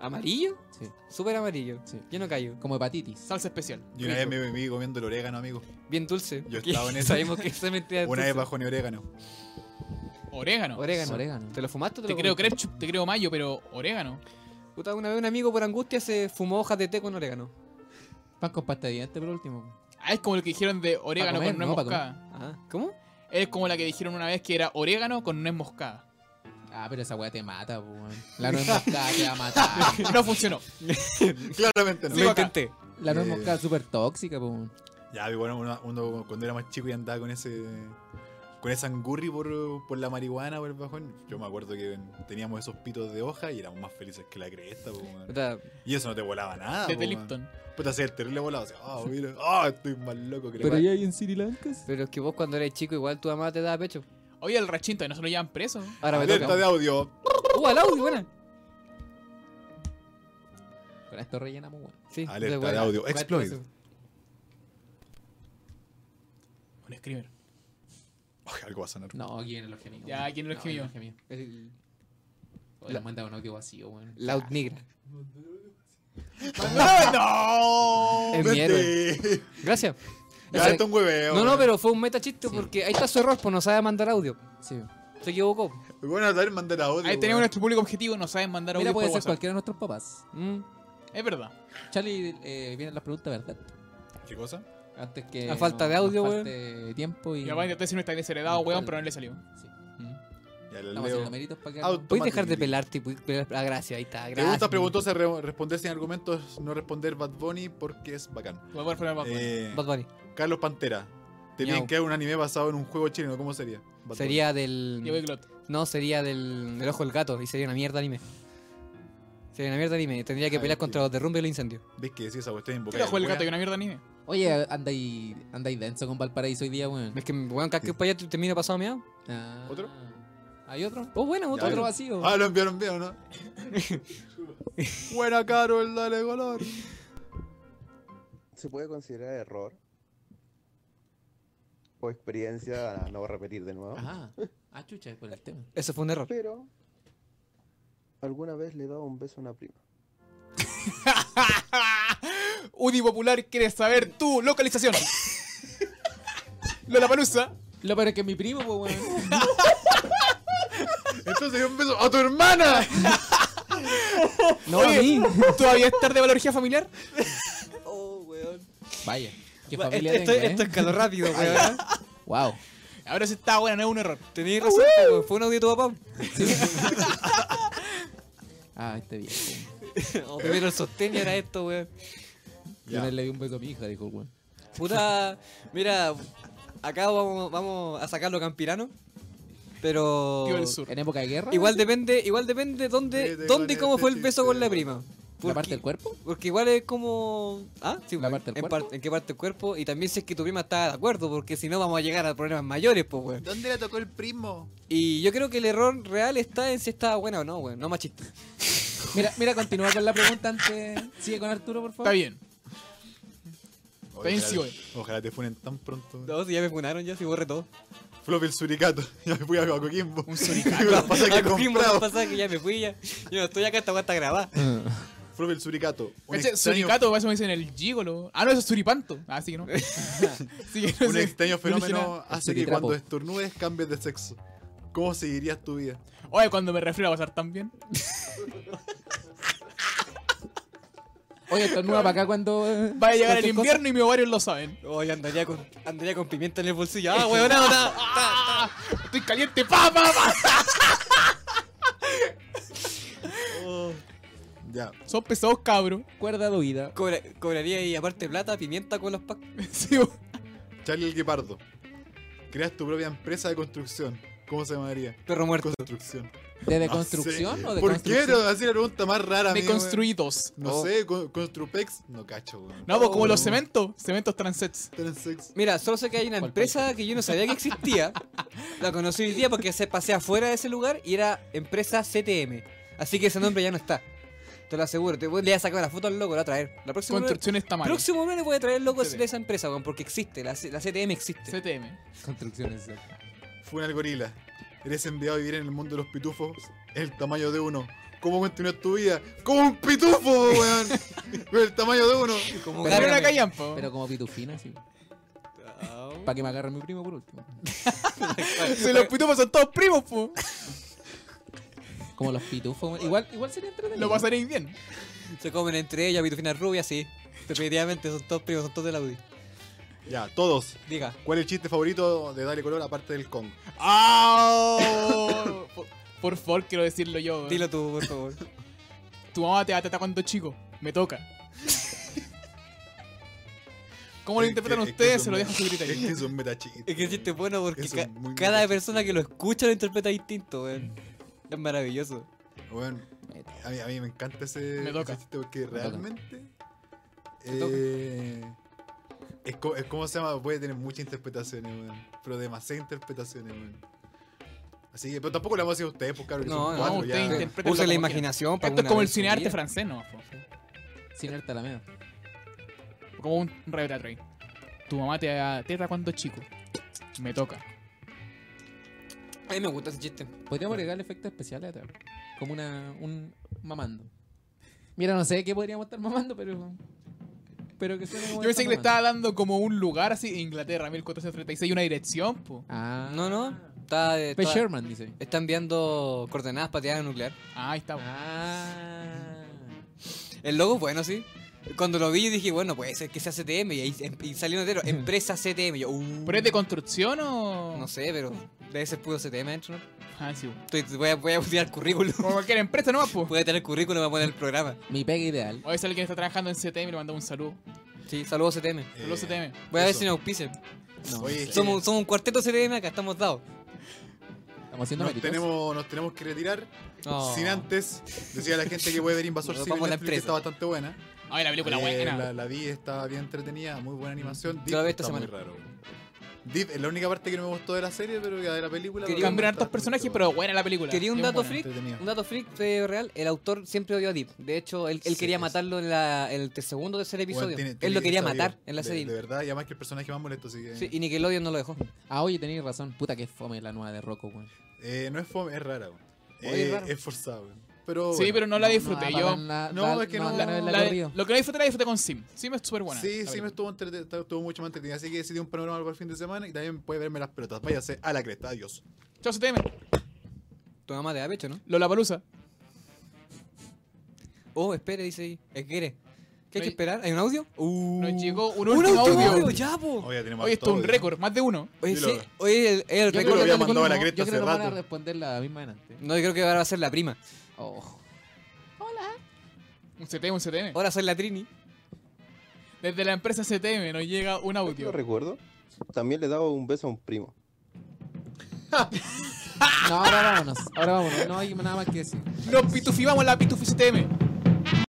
A: ¿Amarillo?
C: Sí.
A: Súper amarillo.
C: Sí.
A: Yo no callo.
C: Como hepatitis.
B: Salsa especial.
D: Y una vez me vi comiendo el orégano, amigo.
A: Bien dulce.
D: Yo
A: porque [LAUGHS]
D: estaba en esa.
A: Sabemos que esa mentira es
D: Una vez
A: dulce.
D: bajo ni orégano. [LAUGHS]
B: Orégano.
A: Orégano.
C: Orégano.
A: ¿Te lo fumaste o te,
B: Te
A: lo
B: creo
A: comiste?
B: ketchup, te creo mayo, pero orégano.
A: Puta, una vez un amigo por angustia se fumó hojas de té con orégano.
C: Pan con pasta de dientes por último.
B: Ah, es como lo que dijeron de orégano
C: comer,
B: con nuez
C: no, pa'
B: moscada.
A: Ah, ¿Cómo?
B: Es como la que dijeron una vez que era orégano con nuez moscada.
C: Ah, pero esa weá te mata, po, weón. La nuez moscada te va a matar.
A: [LAUGHS]
B: No funcionó.
D: Claramente no.
B: Sí,
A: lo
B: acá.
A: intenté.
C: La nuez
D: Eh.
C: moscada es súper tóxica, po, weón.
D: Ya, pero bueno, uno, uno cuando era más chico y andaba con ese. con esa angurri por, por la marihuana por el bajón. Yo me acuerdo que teníamos esos pitos de hoja y éramos más felices que la cresta, po, weón.
A: Puta,
D: Y eso no te volaba nada,
B: Desde
D: po, weón.
B: Lipton.
D: Puta, hacía el terrible volado. así, ah, mira, ah, estoy más loco que la
C: Pero
D: weá".
C: ya hay en Sri Lanka.
A: pero es que vos cuando eres chico igual tu mamá te da pecho.
B: Oye, el rachinto, no se lo llevan preso.
A: Ahora me
D: Alerta de
A: toca.
D: audio.
A: ¡Uh, al audio! Buena.
C: Con esto rellenamos, weón.
A: Sí,
D: Alerta
A: buena.
D: de audio.
A: Buena,
D: Exploit.
A: eso.
B: Un screamer.
D: Ay, algo va a sonar.
C: No, aquí viene los gemidos.
B: Ya,
C: weón.
B: aquí vienen los
C: No, vienen
B: gemidos.
C: gemidos.
A: El
C: Oh, Le manda un audio vacío, weón.
A: Loud Negra.
D: [LAUGHS]
B: ¡No!
C: Es mi héroe.
D: Vete.
A: Gracias.
D: ¡Ah, Ya, esto es un hueveo.
A: No, no,
D: weón.
A: pero fue un meta chiste
C: Sí.
A: porque ahí está su error, pues no sabe mandar audio.
C: Sí.
A: Se equivocó.
D: Bueno, también mandar audio.
B: Ahí tenemos
D: weón.
B: nuestro público objetivo, no saben mandar audio
C: Mira,
B: por
C: puede ser
B: WhatsApp.
C: cualquiera de nuestros papás.
A: Mm.
B: Es verdad.
C: Charlie, eh, vienen las preguntas, ¿verdad?
D: ¿Qué cosa?
C: Antes que.
A: A falta de
C: nos
A: audio,
C: falte tiempo y.
B: Mi papá intentó decir no está desheredado, weón, pero no le salió.
C: Sí.
D: Ya le
C: Estamos haciendo
D: leo.
C: numeritos para que.
D: Auto-
A: ¿Puedes dejar de
D: Tomatillo.
A: pelarte y puedes pelar? Ah, gracias, ahí está. Gracias.
D: Preguntas, preguntas, responder sin argumentos, no responder Bad Bunny porque es bacán.
B: Voy a poner Fernando Bad Bunny.
D: Eh,
A: Bad Bunny.
D: Carlos Pantera. Te
A: Miau.
D: piden que haga un anime basado en un juego chileno, ¿cómo sería? Bad
A: Sería
B: Diego y
A: del.
B: Glot.
A: No, sería del, del ojo del gato y sería una mierda anime. Sería una mierda anime. Tendría que
D: Ah,
A: pelear
D: sí.
A: contra los derrumbes y los incendios.
D: Bunny. ¿Ves que decís esa cuestión
B: ¿Qué
D: invocar?
B: le juega el gato y una mierda anime?
C: Oye, anda y, anda y denso con Valparaíso hoy día, weón.
A: Es que, weón, cada que para allá termina pasado meado.
C: Ah.
D: ¿Otro?
C: ¿Hay otro?
A: Oh, bueno, otro.
D: Ya,
C: Otro
D: ya.
C: vacío.
D: Ah, lo enviaron bien, ¿no? Buena, Carol, dale color.
E: ¿Se puede considerar error? O experiencia, no voy a repetir de nuevo.
C: Ajá. Ah, chucha, por el tema.
A: Eso fue un error.
E: Pero alguna vez le he dado un beso a una prima.
B: Unipopular, ¿quieres saber tu localización? Lollapalooza.
C: Lo peor es que es mi primo,
A: [LAUGHS]
C: pues, weón.
D: Entonces un beso a
B: [LAUGHS]
D: tu hermana.
A: No,
B: Oye,
A: a mí.
B: [LAUGHS] ¿Todavía es tarde para la orgía familiar?
C: Vaya. Qué
A: Va,
C: familia
A: Oh, esto,
C: tengo,
A: esto
C: ¿eh?
A: escaló rápido, weón.
C: Wow.
B: Ahora sí está buena, no es un error.
A: Tenías razón, weón. Fue un audio de tu papá. [LAUGHS]
C: Ah, este viejo.
A: O Oh, primero el sostén y ahora esto, weón.
C: Yo una vez le di un beso a mi hija, dijo el weón.
A: Puta, mira, acá vamos, vamos a sacar los campiranos. Pero.
B: Tío del sur.
C: ¿En época de guerra?
A: Igual depende, igual depende dónde,
D: Vete
A: dónde y
D: con
A: cómo
D: este
A: fue el beso
D: chiste,
A: con la
D: weón.
A: prima.
C: ¿La
A: Porque-
C: parte del cuerpo?
A: Porque igual es como. Ah, sí,
C: ¿La
A: pues,
C: parte del
A: en,
C: cuerpo?
A: par- en qué parte del cuerpo. Y también si es que tu prima está de acuerdo, porque si no vamos a llegar a problemas mayores, pues, weón.
D: ¿Dónde le tocó el primo?
A: Y yo creo que el error real está en si está buena o no, weón. No machista.
C: Mira, mira, continúa con la pregunta antes. Sigue con Arturo, por favor.
B: Está bien. Está bien, sí,
D: ojalá, ojalá te funen tan pronto.
A: No, si ya me funaron, ya se borré
D: [LAUGHS]
A: todo.
D: Floppy el suricato. [LAUGHS] Ya me fui a Coquimbo.
B: Un suricato.
D: [LAUGHS] Las pasas que he
A: Ah, cogimos la
D: comprado.
A: pasada que ya me fui, ya. Yo no estoy acá, esta weá está grabada.
D: Floppy el suricato. Un
B: Ese
D: extraño,
B: suricato, eso me dicen el gigolo. Ah, no, eso es suripanto. Ah, sí que no. Así que no
D: un
B: sé.
D: extraño fenómeno
B: Original.
D: hace que
C: Suritrapo.
D: cuando estornudes cambies de sexo. ¿Cómo seguirías tu vida?
B: Oye, cuando me refiero a pasar tan bien.
C: Oye, estornuda para acá cuando. eh,
B: Va a llegar el
C: cualquier cosa.
B: invierno y mis ovarios lo saben.
A: Oye, Oh, andaría con, andaría con pimienta en el bolsillo. Ah, weón, no, no.
B: ¡Ah! Estoy caliente, pa, pa, pa. Oh.
D: Ya.
B: Son pesados, cabro.
C: Cuerda doída.
A: Cobra- cobraría ahí, aparte plata, pimienta con los
D: [LAUGHS]
A: packs.
B: Sí, bo-
D: Charlie el Guepardo. Creas tu propia empresa de construcción. ¿Cómo se llamaría?
A: Perro muerto.
D: Construcción.
C: ¿De
D: No
C: deconstrucción
D: sé.
C: o de
D: ¿Por qué?
C: construcción?
D: Era así la pregunta más rara,
B: me
D: amigo,
B: construí dos.
D: weón. No
A: Oh.
D: sé, con- Construpex. No cacho, weón.
B: No, pues como
A: Oh.
B: los cementos, cementos transets.
D: Transsex.
A: Mira, solo sé que hay una
C: ¿Cuál
A: empresa que yo no sabía que
B: [LAUGHS]
A: existía. La conocí hoy día porque se pasé afuera de ese lugar y era empresa CTM. Así que ese nombre ya no está. Te lo aseguro. Te voy, le voy a sacar la foto al loco, la voy a traer. La próxima
B: Construcción está mal.
A: Próximo lunes voy a traer el loco
B: CTM.
A: de esa empresa, weón, porque existe. La, C- la CTM existe.
B: CTM.
C: Construcciones. eh.
D: Fue un gorila. Eres enviado a vivir en el mundo de los pitufos. El tamaño de uno. ¿Cómo continúas tu vida? ¡Como un pitufo,
B: [LAUGHS]
D: weón! Con el tamaño de uno.
A: Como
B: Pero
A: Gargamel.
B: una callampa.
C: Pero como pitufina, sí.
A: Ah,
C: Para que me agarre mi primo por último.
B: [LAUGHS] Si los pitufos son todos primos, po.
C: Como los pitufos. güey. Igual, igual sería entretenido.
B: Lo pasaréis bien.
A: Se comen entre ellas, pitufinas rubias, sí. Definitivamente son todos primos, son todos de la UDI.
D: Ya, todos.
A: Diga.
D: ¿Cuál es el chiste favorito de Dale Color aparte del Kong? [LAUGHS]
B: ¡Ah! Por- Por favor, quiero decirlo yo.
A: Dilo tú, por favor.
B: Tu mamá te va a tratar cuando chico. Me toca. ¿Cómo lo
D: Es que-
B: interpretan
D: es que
B: ustedes?
D: son
B: Se lo
D: me-
B: dejo a su
D: Es que
B: criterio.
D: es un metachiste.
A: Es que el chiste es bueno porque
D: Eso
A: ca-
D: es muy
A: cada
D: meta
A: persona que lo escucha lo interpreta distinto, weón. Es maravilloso.
D: Weón, a mí, a mí me encanta ese,
B: Me toca.
D: ese chiste porque
C: toca.
D: realmente.
C: toca.
D: eh, es, co- es como se llama, puede tener muchas interpretaciones, weón. Pero demasiadas interpretaciones, weón. Así que, pero tampoco le vamos a decir a ustedes, pues cabrón.
A: No,
D: son
A: no,
D: cuatro,
B: ustedes
D: ya. Eh,
B: interpreten. interprétenlo
A: Usa la
B: como
A: imaginación para
B: Esto es
A: una
B: como el
A: vez en su
B: cinearte
A: vida.
B: francés, ¿no? po.
C: Sin irte a la mea.
B: Como un Rebel Train. Tu mamá te te trata cuando chico. Me toca.
A: A mí me gusta ese chiste.
C: Podríamos agregarle efectos especiales atrás. Como una, un mamando. Mira, no sé qué podríamos estar mamando, pero. Pero que suene como
B: Yo pensé
C: estar
B: que le
C: mamando.
B: estaba dando como un lugar así, Inglaterra, 1436, una dirección, po.
C: Ah.
A: No, no. Está,
C: P.
A: está,
C: Sherman dice.
A: está enviando coordenadas pateadas nuclear.
B: Ah, ahí está. po.
C: Ah.
A: El logo es bueno, sí. Cuando lo vi yo dije, bueno, puede ser que sea CTM. Y ahí em- y salió [LAUGHS] entero, empresa CTM. Yo, uh,
B: ¿Pero es de construcción o...?
A: No sé, pero debe ser puro CTM dentro, ¿no?
B: Ah, sí. po.
A: Estoy- voy, a, voy a tirar currículum. [LAUGHS]
B: Como cualquier empresa nomás, po.
A: Voy a tener currículum a poner el programa.
C: Mi pega ideal.
B: Hoy es alguien que está trabajando en CTM y le mandamos un saludo.
A: Sí, saludos CTM.
B: Saludos CTM.
A: Voy a ver
D: Eso.
A: si nos auspician.
C: No,
D: Oye,
C: sí.
A: Somos, somos un cuarteto CTM acá, estamos dados.
C: estamos haciendo
D: Nos
C: méritos.
D: tenemos, nos tenemos que retirar.
A: Oh.
D: Sin antes, decía la gente que puede ver Invasor
A: Nos
D: Civil
A: vamos a la
D: Netflix, que
A: empresa.
D: está bastante buena.
B: Ay, la película
D: Eh,
B: buena.
D: La, la vi, está bien entretenida, muy buena animación.
A: Yo la vi esta
D: está muy
A: semana.
D: raro. Deep es la única parte que no me gustó de la serie, pero ya de la película.
A: Quería-
D: pero
B: Cambian
D: está
B: hartos personajes,
D: bastante
B: pero buena la película.
A: Quería un
B: Bien
A: dato
B: buena.
A: freak.
D: entretenida.
A: Un dato freak eh, real, el autor siempre odió a Deep. De hecho, él, él
D: Sí,
A: quería
D: es-
A: matarlo en, la- en el te- segundo o tercer
D: Bueno,
A: episodio.
D: tiene-
A: él
D: tiene
A: lo quería
D: esa
A: matar
D: vida.
A: en la
D: De-
A: serie.
D: De verdad, y además que el personaje más molesto, así que.
A: Sí, y Nickelodeon no lo dejó.
C: Ah, oye, tenéis razón. Puta que fome la nueva de Rocco, weón.
D: Eh, no es fome, es rara. weón.
A: Oye,
D: Eh,
A: raro.
D: es forzado. weón. Pero,
B: Sí,
D: bueno.
B: pero no la
C: ah,
B: disfruté yo.
C: pagan la-
D: No,
C: da-
D: es que no-
C: dan a verla
B: La de-
C: corrido.
B: lo que no disfruté la disfruté con Sim. Sim es súper buena.
D: Sí,
B: la
D: sí, me
B: película.
D: estuvo, entrete- estuvo mucho más entretenida. Así que decidí un panorama para el fin de semana y también puede verme las pelotas. Váyase a la cresta, adiós.
B: Chao, CTM.
A: Tu mamá te da pecho, ¿no?
B: Lola Palusa.
A: Oh, espere, dice ahí. Espere. ¿Qué hay
B: No
A: que
B: hay-
A: esperar? ¿Hay un audio? Uh.
B: Nos llegó un
A: ¡Un
B: último
A: último
B: audio.
A: audio! ¡Ya, po!
D: Hoy ya tenemos
B: Oye, esto es un
D: todo,
B: récord, más de uno.
A: Oye,
D: Yo
A: sí,
D: lo-
A: oye, el, el
C: Yo
D: creo
A: récord.
D: que
C: creo
D: lo había
C: no-
D: mandado a la
C: no-
D: cresta
C: Yo creo que
D: hace
C: no van a
D: rato.
C: responder la misma delante.
A: No, yo creo que ahora va a ser la prima.
C: Oh.
B: Un CTM, un CTM.
A: Ahora soy la Trini.
B: Desde la empresa CTM nos llega un
E: Lo
B: audio.
E: recuerdo. También le daba un beso a un primo.
C: No, ahora vámonos. Ahora vámonos. No hay nada más que decir.
B: Nos pitufibamos la pitufi CTM.